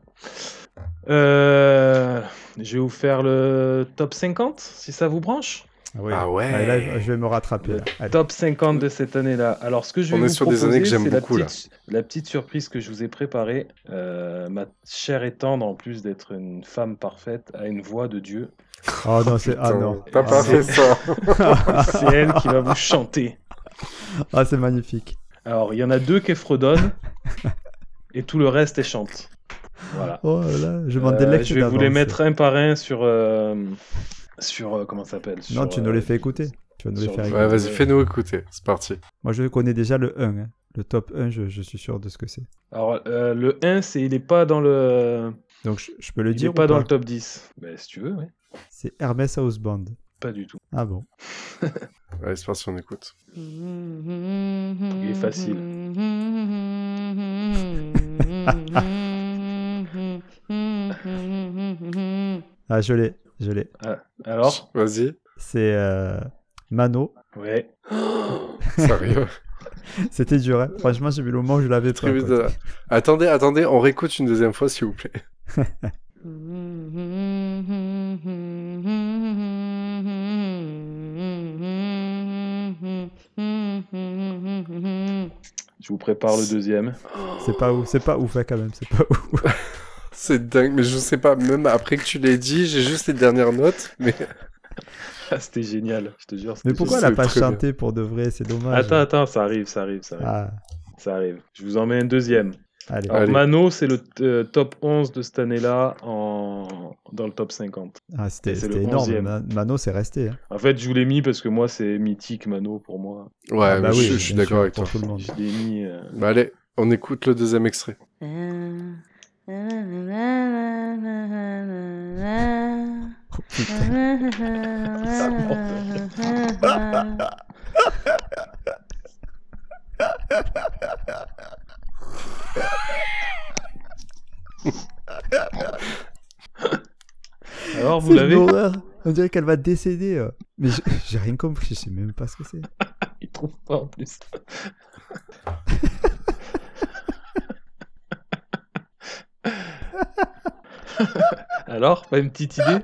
S2: Euh, je vais vous faire le top 50 si ça vous branche.
S4: Ah, ouais.
S3: Ah ouais.
S4: Allez, là, je vais me rattraper. là. Allez.
S2: Top 50 de cette année-là. Alors, ce que je vais
S3: On est
S2: vous
S3: sur des
S2: proposer,
S3: années que j'aime
S2: c'est la
S3: beaucoup, là.
S2: petite- La petite surprise que je vous ai préparée, euh, ma chère et tendre, en plus d'être une femme parfaite, a une voix de Dieu.
S4: Oh non, c'est. Ah
S3: Putain,
S4: non.
S3: T'as pas
S4: Ah,
S3: fait ça.
S2: C'est elle qui va vous chanter.
S4: Ah, c'est magnifique.
S2: Alors, il y en a deux qui fredonnent et tout le reste est chante. Voilà.
S4: Oh là là, je m'en
S2: Euh,
S4: délecte.
S2: je vais vous
S4: d'avance.
S2: les mettre un par un sur. euh, sur. euh, comment ça s'appelle
S4: Non,
S2: Sur,
S4: tu nous
S2: euh,
S4: les fais écouter. Tu vas nous les
S2: sur-
S4: faire écouter.
S3: Ouais, vas-y, fais-nous écouter. C'est parti.
S4: Moi, je connais déjà le 1. hein. Le top 1, je, je suis sûr de ce que c'est.
S2: Alors, euh, le 1, c'est il est pas dans le.
S4: Donc, je, je peux le
S2: Il
S4: dire.
S2: est
S4: ou
S2: pas dans le top 10. Ben, si tu veux, ouais.
S4: C'est Hermès Houseband.
S2: Pas du tout.
S4: Ah bon
S3: Allez, c'est parti, on écoute.
S5: Il
S2: est facile.
S4: Ah, je l'ai, je l'ai.
S2: Alors
S3: Vas-y.
S4: C'est euh, Mano.
S2: Ouais.
S3: Sérieux.
S4: C'était dur, hein. franchement, j'ai vu le moment où je l'avais
S3: Très
S4: pas,
S3: vite.
S4: quoi.
S3: euh, Attendez, attendez, on réécoute une deuxième fois, s'il vous plaît.
S2: Je vous prépare le deuxième.
S4: C'est pas ouf, c'est pas ouf hein, quand même, c'est pas ouf.
S3: C'est dingue, mais je sais pas, même après que tu l'aies dit, j'ai juste les dernières notes, mais
S2: Ah, c'était génial. Je te jure. c'était
S4: Mais pourquoi elle
S2: génial.
S4: a
S3: sais
S4: pas
S3: très bien.
S4: chanté pour de vrai C'est dommage.
S2: Attends, attends, Ah, ça arrive, ça arrive, ça arrive.
S4: Ah,
S2: Ça arrive. Je vous en mets un deuxième.
S4: allez.
S2: Alors,
S3: Allez.
S2: Mano, c'est le euh, top 11 de cette année-là en... dans le top 50.
S4: Ah, c'était
S2: c'est le
S4: c'était énorme.
S2: onzième.
S4: Ma- Mano, c'est resté. hein.
S2: En fait, je vous l'ai mis parce que moi, c'est mythique Mano pour moi.
S3: ouais,
S4: Ah bah
S3: mais
S4: oui,
S3: je, je suis
S4: bien sûr,
S3: d'accord avec
S4: pour
S3: toi.
S4: tout le monde.
S2: Je l'ai mis. euh,
S3: Bah allez, on écoute le deuxième extrait.
S4: Oh, putain.
S2: Alors, vous
S4: C'est une
S2: l'avez
S4: horreur. On dirait qu'elle va décéder. euh. Mais je- j'ai rien compris, je sais même pas ce que c'est.
S2: Il trouve pas en plus. Alors, pas une petite idée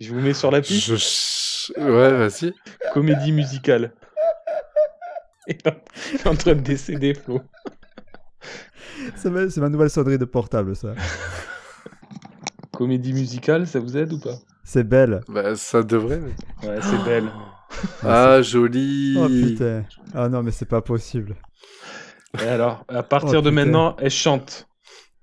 S2: Je vous mets sur la piste.
S3: Je... ch- Ouais, vas-y.
S2: comédie musicale. Et là, il est en train de décéder, Flo.
S4: C'est ma, c'est ma nouvelle sonnerie de portable, ça.
S2: Comédie musicale, ça vous aide ou pas
S4: C'est belle.
S3: Bah, ça devrait. mais-
S2: Ouais, c'est belle.
S3: Ah, joli.
S4: Oh putain. Ah non, mais c'est pas possible.
S2: Et alors, à partir de
S4: putain.
S2: maintenant, elle chante.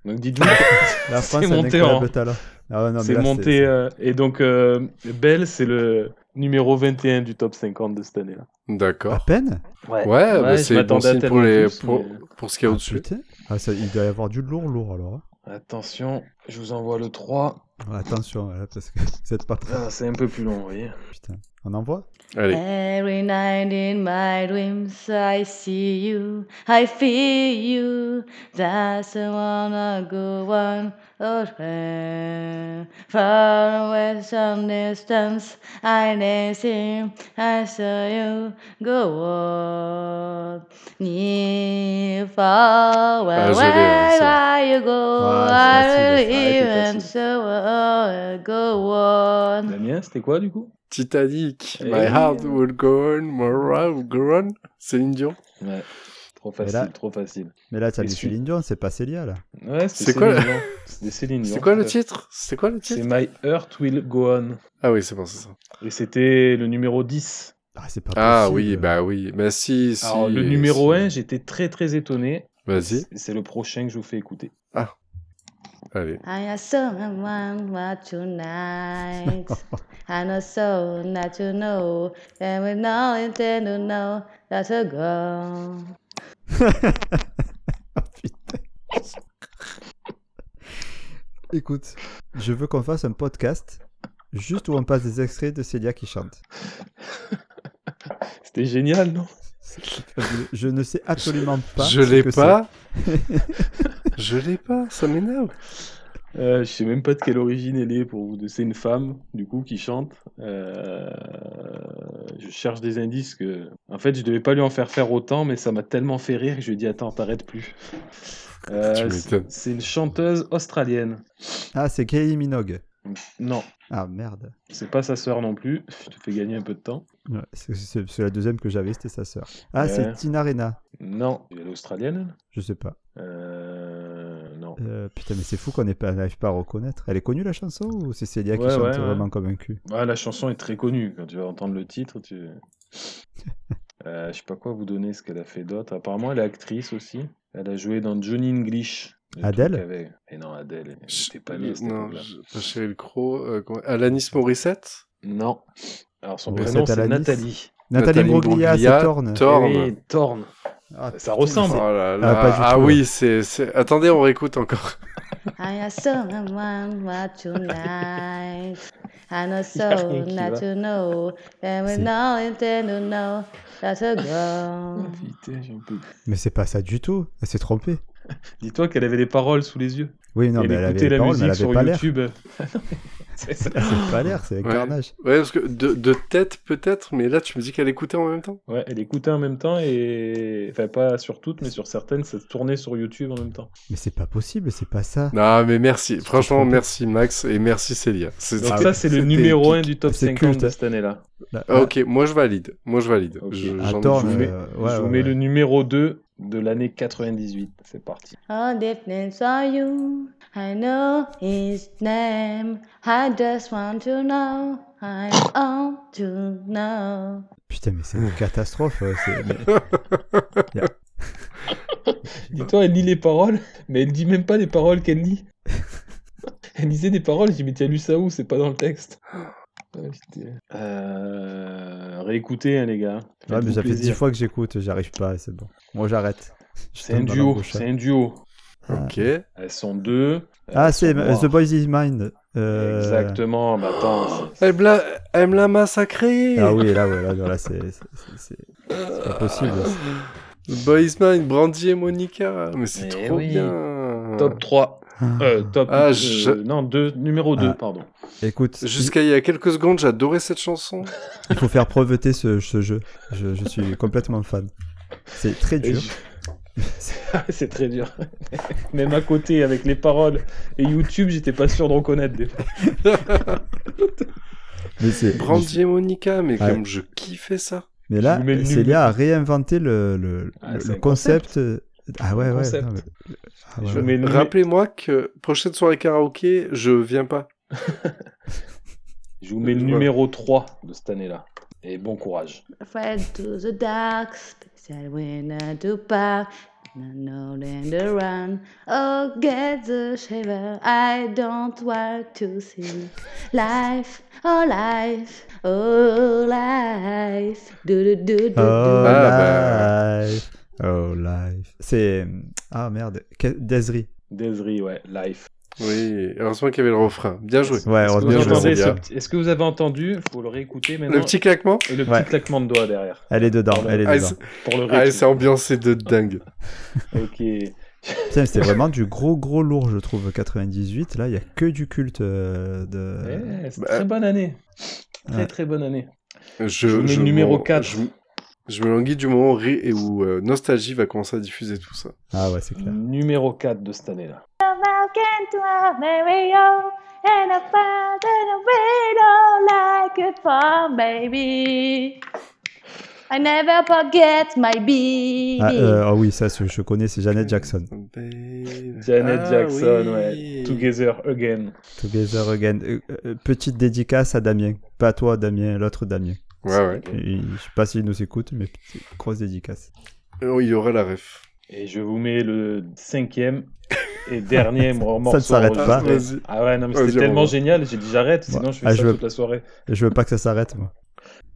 S2: Donc dites-vous, que
S4: La
S2: C'est
S4: France a un
S2: monté
S4: incroyable
S2: en-
S4: talent. Ah ouais, non, mais
S2: c'est
S4: là,
S2: monté. euh, et donc, euh, Belle, c'est le numéro 21 du top 50 de cette année-là.
S4: À
S2: euh,
S3: D'accord.
S4: peine
S3: Ouais, bah,
S2: je
S3: c'est bon
S2: m'attendais à
S3: signe pour,
S2: tellement
S3: les...
S2: plus,
S3: pour...
S2: mais-
S3: pour ce qu'il y a au-dessus.
S4: Putain. Ah, ça, il doit y avoir du lourd, lourd alors. hein.
S2: Attention, je vous envoie le 3.
S4: Ah, Attention, là, parce que c'est pas très.
S2: Ah, c'est un peu plus long, vous voyez.
S4: Putain. On envoie
S3: Allez.
S5: Every night in my dreams, I see you, I feel you. That's the one I go one away. Far away, some distance, I miss you, I saw you go on. Near, far away,
S3: Ah, je l'ai, ouais, c'est
S5: wherever you go,
S4: Ouais,
S5: I
S4: c'est
S5: will
S4: facile,
S2: c'est
S4: ouais,
S5: even
S2: facile.
S5: so uh, go on.
S2: La mienne, c'était quoi du coup
S3: Titanic.
S2: Eh
S3: My
S2: oui.
S3: heart will go on, my heart will go on. Céline Dion.
S2: Ouais. Trop
S4: Et
S2: facile,
S4: là-
S2: trop facile.
S4: Mais là, t'as
S2: Et
S4: mis
S2: si-
S4: Céline Dion, c'est pas Célia, là.
S2: Ouais, c'est
S3: C'est quoi
S2: Céline
S3: le-
S2: Dion. C'est des Céline
S3: C'était
S2: Dion, Euh,
S3: quoi le
S2: tout à fait.
S3: titre C'était quoi le
S2: C'est
S3: titre
S2: My Earth Will Go On.
S3: Ah oui, c'est bon, c'est ça.
S2: Et c'était le numéro 10.
S4: Ah, c'est pas
S3: Ah
S4: possible.
S3: oui, bah oui. Mais si, si.
S2: Alors, le numéro
S3: si.
S2: 1, j'étais très très étonné.
S3: Vas-y,
S2: C'est- C'est le prochain que je vous fais écouter.
S3: allez.
S5: I am so wrong what tonight. I know so not to know, and we know intend to know that a go.
S4: Ah, putain. Écoute, je veux qu'on fasse un podcast juste où on passe des extraits de Célia qui chante.
S2: C'était génial, non
S4: C'est fabuleux. Je ne sais absolument pas.
S3: je
S4: ce
S3: l'ai
S4: que
S3: pas. je l'ai pas, ça m'énerve.
S2: Euh, Je sais même pas de quelle origine elle est pour vous. deux. C'est une femme, du coup, qui chante. Euh, Je cherche des indices que. En fait, je devais pas lui en faire faire autant, mais ça m'a tellement fait rire que je lui ai dit Attends, t'arrêtes plus. Euh,
S3: Tu m'étonnes.
S2: c'est- c'est une chanteuse australienne.
S4: c'est. Ah, c'est Kylie Minogue.
S2: Non,
S4: Ah merde.
S2: c'est pas sa sœur non plus. Je te fais gagner un peu de temps.
S4: Ouais, c'est- C'est c'est la deuxième que j'avais, c'était sa sœur. Ah, c'est
S2: Ouais.
S4: Tina Arena.
S2: Non, elle est australienne.
S4: Je sais pas.
S2: elle Euh... Non.
S4: Euh, putain, mais c'est fou qu'on n'ait pas- n'arrive pas à reconnaître. Elle est connue la chanson ou c'est Célia qui
S2: Ouais,
S4: chante
S2: ouais, ouais.
S4: vraiment comme un cul
S2: Ah, la chanson est très connue. Quand tu vas entendre le titre, tu. Euh, je sais pas quoi vous donner ce qu'elle a fait d'autre. Apparemment, elle est actrice aussi. Elle a joué dans Johnny English. le
S4: Adèle
S2: truc avec- Mais non, Adèle, elle n'était pas née à cette
S3: Non,
S2: époque-là.
S3: je- pas Cheryl Crow. euh, comment- Alanis Morissette
S2: Non. Alors, son
S4: Mais
S2: prénom,
S4: c'est
S2: c'est
S4: Alanis.
S2: Nathalie.
S4: Nathalie
S3: Nathalie
S4: Broglia, Eh
S3: Broglia,
S4: c'est Torn.
S3: Thorne.
S2: Oui, Thorne.
S4: Ah,
S2: Ça
S3: Oh
S2: ressemble.
S3: là là.
S4: Ah, pas du
S3: Ah,
S4: tout,
S3: oui, c'est. c'est- Attendez, on réécoute encore.
S5: I am so wrong what tonight. I know
S2: Y a
S5: so
S2: rien qui
S5: not
S2: va.
S5: to know, and we
S4: C'est-
S5: know intend to know that a
S2: Ah,
S5: go.
S2: putain, j'ai un peu-
S4: mais c'est pas ça du tout. Elle s'est trompée.
S2: Dis-toi qu'elle avait les paroles sous les yeux.
S4: Oui, non,
S2: elle
S4: mais elle
S2: écoutait
S4: avait les
S2: la
S4: paroles, mais
S2: musique
S4: elle
S2: sur
S4: avait pas l'air.
S2: YouTube. C'est ça.
S4: Elle avait pas l'air, c'est un
S3: Ouais.
S4: carnage.
S3: Ouais, parce que de, de tête peut-être, mais là tu me dis qu'elle écoutait en même temps
S2: Ouais, elle écoutait en même temps et. Enfin, pas sur toutes, mais sur certaines, ça tournait sur YouTube en même temps.
S4: Mais c'est pas possible, c'est pas ça.
S3: Non, mais merci. Franchement,
S4: trompé.
S3: merci Max et merci Célia. C'est-
S2: Donc,
S4: Ah
S2: ça,
S4: ouais.
S2: c'est le
S3: c'était
S2: numéro 1
S3: épique.
S2: du top
S4: C'est
S2: 50
S4: culte.
S2: de cette année-là.
S4: Là,
S3: Ah, ok, moi je valide. Moi je valide.
S2: Ok.
S3: Je-
S4: à
S3: j'en-
S4: Thorn,
S3: je vous mets-
S4: Bah, euh, ouais,
S2: je vous
S4: ouais,
S2: mets
S4: ouais.
S2: le numéro 2 de l'année 98. C'est parti.
S5: All difference are you? I know his name. I just want to know. I want to know.
S4: Putain, mais c'est une catastrophe. ouais, c'est- mais-
S2: Dis-toi, elle lit les paroles, mais elle dit même pas les paroles qu'elle lit. elle lisait des paroles, je dis, mais t'as lu ça où C'est pas dans le texte. Ah, putain. Euh, Réécoutez, hein, les gars.
S4: Ouais, mais
S2: Faites-vous
S4: ça fait
S2: plaisir.
S4: dix fois que j'écoute, j'arrive pas, c'est bon. Moi, j'arrête. Je
S2: C'est un
S4: tombe dans
S2: duo.
S4: l'embauche.
S2: C'est un duo.
S3: Ok.
S2: Elles sont deux. elles
S4: Ah, c'est
S2: sont noires.
S4: The Boys Is Mine. euh,
S2: Exactement. Mais attends, c'est-
S3: Elle me l'a, elle me l'a massacré.
S4: Ah oui, là, ouais, là, là, c'est c'est- c'est- c'est- c'est pas possible.
S3: Boys Man, Brandy et Monica. Mais c'est
S2: Eh
S3: trop
S2: oui.
S3: bien.
S2: top 3. Euh, top.
S3: Ah, je-
S2: euh, non, deux, numéro 2,
S4: Ah.
S2: pardon.
S4: Écoute,
S3: Jusqu'à il y a quelques secondes, j'adorais cette chanson.
S4: il faut faire breveter ce, ce jeu. Je, je suis complètement fan. C'est très
S2: Et
S4: dur.
S2: je- C'est très dur. Même à côté, avec les paroles et YouTube, j'étais pas sûr de reconnaître des fois.
S4: Mais, c'est-
S3: Brandy et Monica, mais
S4: Ouais.
S3: comme je kiffais ça.
S4: mais
S2: Je
S4: là,
S2: vous mets le nul.
S4: Célia a réinventé le, le,
S2: Ah,
S4: le-
S2: c'est
S4: le
S2: un
S4: concept. Ah ouais,
S2: Un
S4: ouais.
S2: concept.
S4: non, mais- Ah,
S2: Je
S4: voilà.
S2: mets le-
S3: Rappelez-moi que prochaine soirée karaoké, je viens pas.
S2: je vous mets le
S3: Voilà.
S2: numéro 3 de cette année-là. Et bon courage.
S5: Afraid to the dark, special winner to park. No land to run, oh get the shiver. I don't want to see life, oh life, oh life. Do do do do
S4: Oh
S5: do.
S2: Ah,
S3: bah.
S4: life, oh life. C'est ah merde, Que- Desri.
S2: Desri, ouais, life.
S3: Oui, heureusement qu'il y avait le refrain. Bien joué.
S4: Ouais,
S2: Est-ce que,
S4: heureusement
S2: vous
S3: bien
S4: je
S3: joué,
S2: entendez
S4: l'ai.
S2: ce
S3: Célia.
S2: petit- Est-ce que vous avez entendu Il faut le réécouter maintenant.
S3: Le petit claquement
S2: Et le petit
S4: Ouais.
S2: claquement de doigts derrière.
S4: Elle est dedans, elle est
S3: Ah,
S4: dedans.
S3: c'est-
S2: Pour le
S3: ah,
S2: rythme.
S3: c'est ambiancé de dingue.
S2: ok.
S4: Putain, c'était vraiment du gros gros lourd, je trouve 98. Là, il y a que du culte euh, de.
S2: Eh, c'est
S3: bah,
S2: très bonne année.
S4: ouais.
S2: Très très bonne année.
S3: Je,
S2: Je vous mets le numéro
S3: m'en-
S2: 4.
S3: Je, je me languis du moment où, Ré- et où euh, Nostalgie va commencer à diffuser tout ça.
S4: Ah ouais, c'est clair.
S2: Numéro 4 de cette année-là.
S5: Walking to a merry-go, and I found a window like a farm baby. I never forget my baby.
S4: Ah, euh, ah oui, ça, c'est- je connais, c'est Janet Jackson.
S3: Babe.
S2: Janet
S3: Ah,
S2: Jackson,
S3: oui.
S2: ouais. Together Again.
S4: Together again. Euh, euh, petite dédicace à Damien. Pas toi, Damien, l'autre Damien.
S3: Ouais, ouais.
S4: Et je sais pas s'il nous écoute, mais petite- grosse dédicace.
S3: Oh, il y aura la ref.
S2: Et je vous mets le cinquième et dernier mor- morceau.
S4: ne s'arrête pas.
S2: enregistré.
S3: Vas-y.
S2: Ah ouais, non, mais c'était
S3: Vas-y,
S2: tellement
S3: on va.
S2: génial. J'ai dit j'arrête, sinon je fais
S4: Ah,
S2: ça
S4: je-
S2: toute la soirée.
S4: Et je veux pas que ça s'arrête, moi.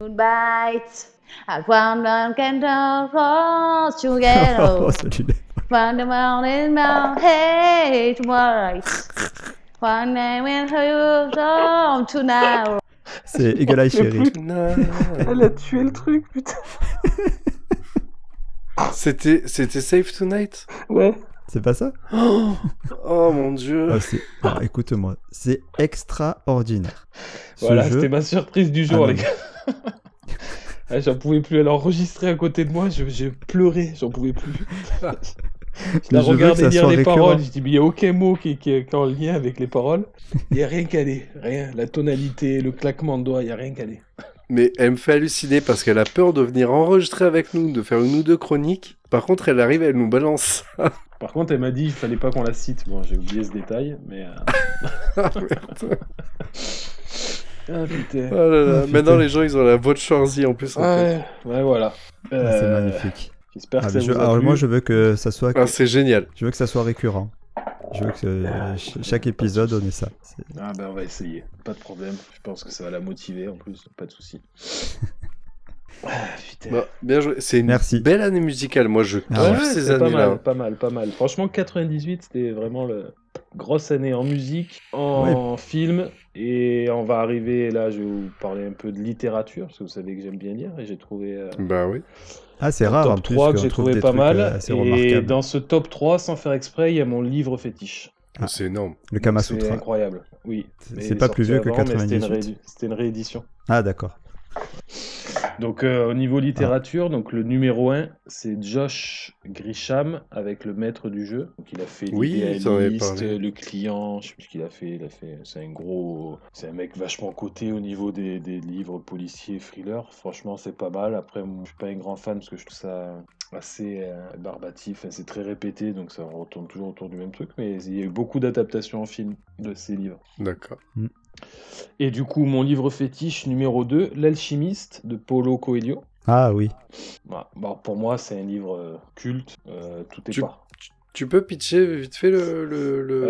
S5: Moonbites. I found one candle rose together.
S4: Oh, celui-là.
S5: Found the mountain mount, hey, tomorrow. One night when her home tonight.
S4: C'est Eagle Eye Cherry.
S3: Elle
S2: a tué le truc, putain.
S3: C'était c'était Safe Tonight
S2: Ouais.
S4: C'est pas ça
S3: Oh, Oh, mon dieu.
S4: Ah, c'est- Alors, Écoute-moi, c'est extraordinaire. Ce
S2: Voilà,
S4: jeu-
S2: c'était ma surprise du jour,
S4: Ah,
S2: les
S4: non.
S2: gars. Ah, j'en pouvais plus. Elle a enregistré à côté de moi. je- J'ai pleuré. J'en pouvais plus. Je
S4: Mais
S2: la
S4: je veux que
S2: regardais
S4: ça
S2: dire
S4: soit
S2: les
S4: récurrent.
S2: paroles. Je dis, mais il n'y a aucun mot qui, qui est en lien avec les paroles. Il n'y a rien calé. Rien. La tonalité, le claquement de doigts, il n'y a rien calé.
S3: Mais elle me fait halluciner parce qu'elle a peur de venir enregistrer avec nous, de faire une ou deux chroniques. Par contre, elle arrive, elle nous balance.
S2: Par contre, elle m'a dit il fallait pas qu'on la cite. Bon, j'ai oublié ce détail, mais. euh,
S3: Ah, merde.
S2: Ah putain.
S3: Oh là là.
S4: Ah, putain.
S3: Maintenant, les gens, ils ont la voix de Schwarzy en plus. en
S2: Ah
S3: tête.
S2: ouais, ouais, voilà.
S4: Ah, C'est
S2: Euh,
S4: magnifique.
S2: J'espère que
S4: Ah,
S2: ça
S4: mais je-
S2: vous a
S4: alors,
S2: plu.
S4: moi, je veux que ça soit,
S3: Ah, c'est génial.
S4: je veux que ça soit récurrent. Je veux que euh, ch- chaque épisode, on ait ça. C'est-
S2: Ah ben on va essayer, pas de problème. Je pense que ça va la motiver en plus, pas de souci. Ah, putain.
S3: Bah, bien joué. C'est une
S4: Merci.
S3: belle année musicale. Moi, je kiffe
S4: Ah ouais,
S3: ces
S2: c'est pas mal,
S3: années-là.
S2: pas mal, pas mal. Franchement, 98, c'était vraiment la grosse année en musique, en film, et on va arriver là. Je vais vous parler un peu de littérature parce que vous savez que j'aime bien lire et j'ai trouvé euh,
S3: Bah oui.
S4: Ah, c'est
S2: un
S4: rare en
S2: top
S4: plus
S2: 3 que
S4: qu'on
S2: j'ai
S4: trouve
S2: trouvé
S4: des
S2: pas
S4: trucs, euh,
S2: mal.
S4: assez
S2: et
S4: remarquables.
S2: dans ce top 3, sans faire exprès, il y a mon livre fétiche.
S4: Ah.
S3: C'est énorme.
S4: Le Kama
S2: C'est
S4: Sutra.
S2: incroyable. Oui.
S4: C'est-
S2: mais
S4: c'est
S2: il est
S4: pas plus
S2: sorti
S4: vieux que
S2: avant, mais c'était une
S4: 98.
S2: réédi- C'était une réédition.
S4: Ah, d'accord.
S2: Donc euh, au niveau littérature, donc le numéro 1, c'est Josh Grisham avec le maître du jeu. Donc il a fait
S3: Oui,
S2: l'idéaliste,
S3: ça en avait parlé.
S2: le client, je sais plus ce qu'il a fait, il a fait c'est un gros c'est un mec vachement coté au niveau des, des livres policiers thriller. Franchement, c'est pas mal. Après moi, je suis pas un grand fan parce que je trouve ça assez euh, barbatif, Enfin, c'est très répété donc ça retourne toujours autour du même truc mais il y a eu beaucoup d'adaptations en film de ces livres.
S3: D'accord.
S2: Et du coup, mon livre fétiche numéro 2, L'alchimiste de Paulo Coelho.
S4: Ah oui.
S2: Voilà. Bon, Bah, pour moi, c'est un livre euh, culte. euh, tout est
S3: Tu-
S2: pas.
S3: Tu peux pitcher vite fait le. le, le-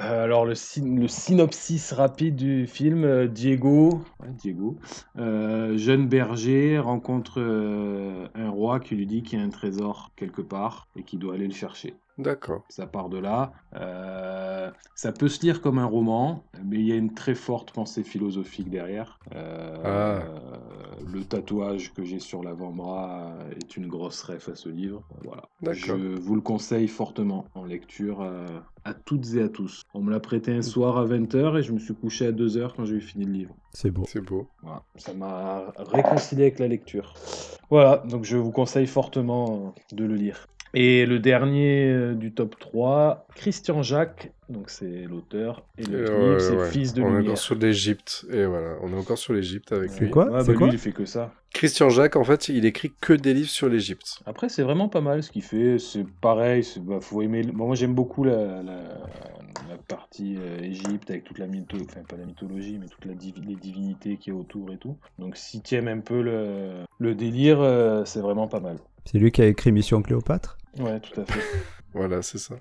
S2: Euh, alors, le, syn- le synopsis rapide du film euh, Diego, ouais, Diego euh, jeune berger, rencontre euh, un roi qui lui dit qu'il y a un trésor quelque part et qu'il doit aller le chercher.
S3: D'accord.
S2: Ça part de là. Euh, ça peut se lire comme un roman, mais il y a une très forte pensée philosophique derrière. Euh,
S3: Ah.
S2: euh, le tatouage que j'ai sur l'avant-bras est une grosse ref à ce livre. Voilà. Je
S3: D'accord.
S2: vous le conseille fortement en lecture euh, à toutes et à tous. On me l'a prêté un soir à 20h et je me suis couché à 2h quand j'ai eu fini le livre.
S4: C'est beau.
S3: C'est beau.
S2: Voilà, ça m'a réconcilié avec la lecture. Voilà, donc je vous conseille fortement euh, de le lire. Et le dernier euh, du top 3, Christian Jacques, donc c'est l'auteur, et le clip,
S3: Euh, Ouais,
S2: c'est
S3: ouais.
S2: Fils de
S3: on est
S2: Lumière.
S3: encore sur l'Égypte. Et voilà, on est encore sur l'Égypte avec
S4: C'est
S3: lui.
S4: quoi
S2: Ouais,
S4: C'est
S2: bah,
S4: quoi
S2: Lui, il fait que ça.
S3: Christian Jacques, en fait, il écrit que des livres sur l'Égypte.
S2: Après, c'est vraiment pas mal ce qu'il fait. C'est pareil, c'est- bah, faut aimer. le- bon, moi, j'aime beaucoup la, la- la partie euh, Égypte avec toute la mythologie, enfin pas la mythologie, mais toutes les divinités qui est autour et tout. Donc, si tu aimes un peu le, le délire, euh, c'est vraiment pas mal.
S4: C'est lui qui a écrit Mission Cléopâtre
S2: Ouais, tout à fait.
S3: Voilà, c'est ça.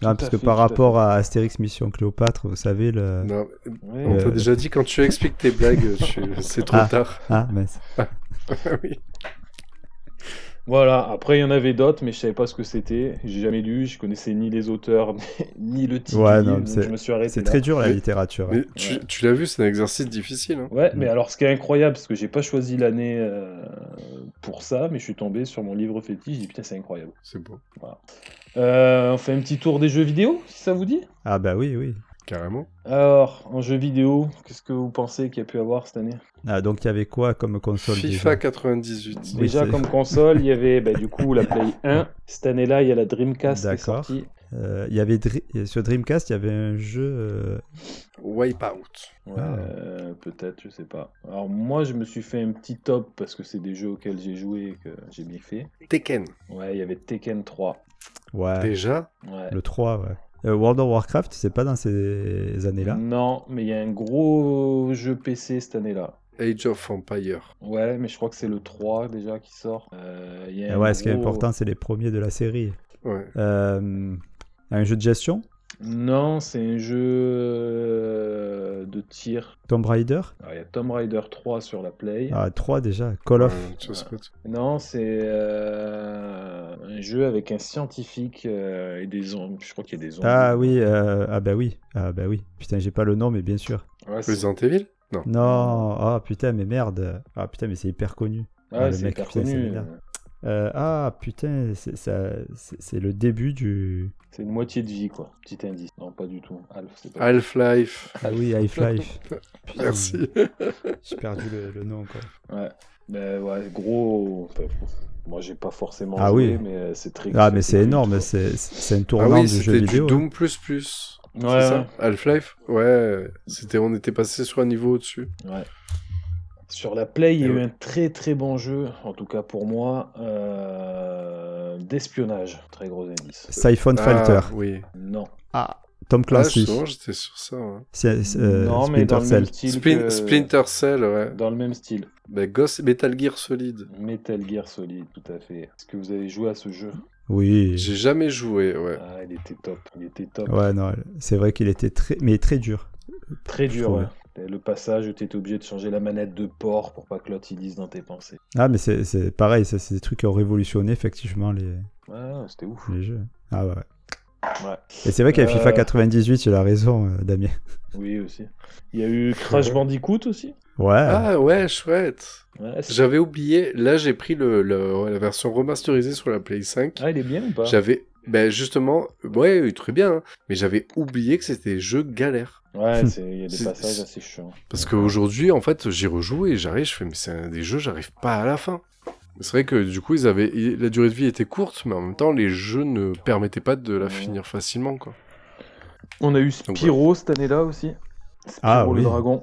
S4: Non, Ah, parce que par rapport à Astérix Mission Cléopâtre, vous savez, le.
S3: Non,
S2: Ouais,
S3: on
S4: Euh,
S3: t'a déjà dit quand tu expliques tes blagues, tu- c'est trop
S4: Ah.
S3: tard.
S4: Ah, mince.
S3: oui.
S2: Voilà, après il y en avait d'autres, mais je savais pas ce que c'était. J'ai jamais lu, je connaissais ni les auteurs, ni le titre.
S4: Ouais,
S2: du
S4: non,
S2: livre, donc
S4: c'est-
S2: je me suis arrêté.
S4: C'est
S2: là.
S4: très dur la
S3: Mais-
S4: littérature. hein.
S3: Mais tu,
S2: Ouais.
S3: tu l'as vu, c'est un exercice difficile. hein.
S2: Ouais,
S4: Mm.
S2: mais alors ce qui est incroyable, parce que j'ai pas choisi l'année euh, pour ça, mais je suis tombé sur mon livre fétiche, j'ai dit putain, c'est incroyable.
S3: C'est beau,
S2: Euh, on fait un petit tour des jeux vidéo, si ça vous dit
S4: Ah, bah oui, oui.
S3: carrément.
S2: Alors, en jeu vidéo, qu'est-ce que vous pensez qu'il y a pu avoir cette année
S4: Ah, donc il y avait quoi comme console
S3: FIFA
S4: déjà
S3: 98.
S4: Oui,
S2: Déjà,
S4: c'est-
S2: comme console, il y avait bah, du coup la Play 1. Cette année-là, il y a la Dreamcast qui est
S4: D'accord.
S2: sortie.
S4: Euh, Il y avait Dr- sur Dreamcast, il y avait un jeu. euh,
S3: Wipeout.
S2: Ouais,
S4: Ah.
S2: euh, peut-être, je sais pas. Alors moi, je me suis fait un petit top parce que c'est des jeux auxquels j'ai joué et que j'ai bien fait.
S3: Tekken.
S2: Ouais, il y avait Tekken 3.
S4: Ouais,
S3: Déjà,
S2: Ouais.
S4: le 3, ouais. Euh, World of Warcraft, c'est pas dans ces années-là.
S2: Non, mais il y a un gros jeu PC cette année-là.
S3: Age of Empire.
S2: Ouais, mais je crois que c'est le 3 déjà qui sort. Euh, il y a
S4: Ah
S2: un
S4: ouais, ce qui est
S2: gros-
S4: important, c'est les premiers de la série.
S3: Ouais.
S4: Euh, un jeu de gestion
S2: Non, c'est un jeu euh, de tir.
S4: Tomb Raider
S2: Alors, il y a Tomb Raider 3 sur la Play.
S4: Ah, 3 déjà. Call of
S3: Ouais, tu vois, c'est pas tout.
S2: Non, c'est euh, un jeu avec un scientifique euh, et des zombies. Je crois qu'il y a des zombies.
S4: Ah oui, euh, ah bah oui, ah bah oui. Putain, j'ai pas le nom, mais bien sûr.
S2: Ouais, c'est
S3: Resident Evil Non.
S4: Non, ah putain, mais merde. Ah putain, mais c'est hyper connu.
S2: Ah,
S4: Ah, le
S2: c'est
S4: mec,
S2: hyper
S4: putain, c'est
S2: connu.
S4: vénère. Euh, ah putain, c'est ça, c'est c'est le début du.
S2: C'est une moitié de vie, quoi. Petit indice. Non, pas du tout. Alf, c'est pas.
S3: Half-Life.
S4: Ah oui, Half-Life. Putain,
S3: Merci.
S4: J'ai perdu le, le nom quoi.
S2: Ouais. Mais Ben ouais, gros. enfin, moi, j'ai pas forcément.
S4: Ah
S2: joué,
S4: oui.
S2: Mais euh, c'est très.
S4: Ah mais c'est
S2: culte,
S4: énorme,
S2: quoi.
S4: c'est c'est un
S3: Ah
S4: tournant
S3: oui,
S4: du jeu
S3: c'était du
S4: vidéo. hein.
S3: Doom plus plus.
S2: Ouais,
S3: C'est
S2: ouais.
S3: ça Half-Life Ouais, c'était on était passé sur un niveau au-dessus.
S2: Ouais. Sur la Play, il y a
S3: Et
S2: eu
S3: ouais.
S2: un très très bon jeu, en tout cas pour moi, euh, d'espionnage. Très gros indice.
S4: Siphon Filter.
S3: Ah, oui.
S2: Non.
S4: Ah, Tom
S3: Ah,
S4: Clancy.
S3: justement, j'étais sur ça. ouais.
S4: C'est- c'est, euh,
S2: non, mais dans
S4: Splinter
S2: le même
S4: Cell.
S2: style.
S3: Splin-
S2: que-
S3: Splinter Cell, ouais.
S2: Dans le même style.
S3: Bah, Ghost Metal Gear Solid.
S2: Metal Gear Solid, tout à fait. Est-ce que vous avez joué à ce jeu
S4: Oui.
S3: J'ai jamais joué, ouais.
S2: Ah, il était top. Il était top.
S4: Ouais, non, c'est vrai qu'il était très, mais très dur.
S2: Très dur,
S4: trouve.
S2: ouais. Et Le passage où tu étais obligé de changer la manette de port pour pas que l'autre il lise dans tes pensées.
S4: Ah, mais c'est- c'est pareil, ça, c'est des trucs qui ont révolutionné effectivement les,
S2: Ouais, c'était ouf.
S4: les jeux. Ah ouais. ouais.
S2: Ouais.
S4: Et c'est vrai qu'il y a
S2: Euh.
S4: FIFA 98, il a raison, euh, Damien.
S2: Oui, aussi. Il y a eu Crash Bandicoot aussi.
S4: Ouais.
S3: Ah ouais, chouette.
S2: Ouais, c'est-
S3: J'avais oublié. Là, j'ai pris le, le- la version remasterisée sur la Play 5.
S2: Ah, il est bien ou pas
S3: J'avais, ben justement, ouais, très bien. hein. Mais j'avais oublié que c'était jeu galère.
S2: Ouais, c'est- il y a des
S3: C'est-
S2: passages
S3: c'est-
S2: assez chiants.
S3: Parce qu'aujourd'hui, en fait, j'y rejoue et j'arrive, je fais, mais c'est un des jeux, j'arrive pas à la fin. C'est vrai que du coup, ils avaient, ils- la durée de vie était courte, mais en même temps, les jeux ne permettaient pas de la
S2: Ouais.
S3: finir facilement, quoi.
S2: On a eu
S3: Donc,
S2: Spyro cette année-là aussi. Spyro
S4: Ah,
S2: le
S4: oui.
S2: dragon.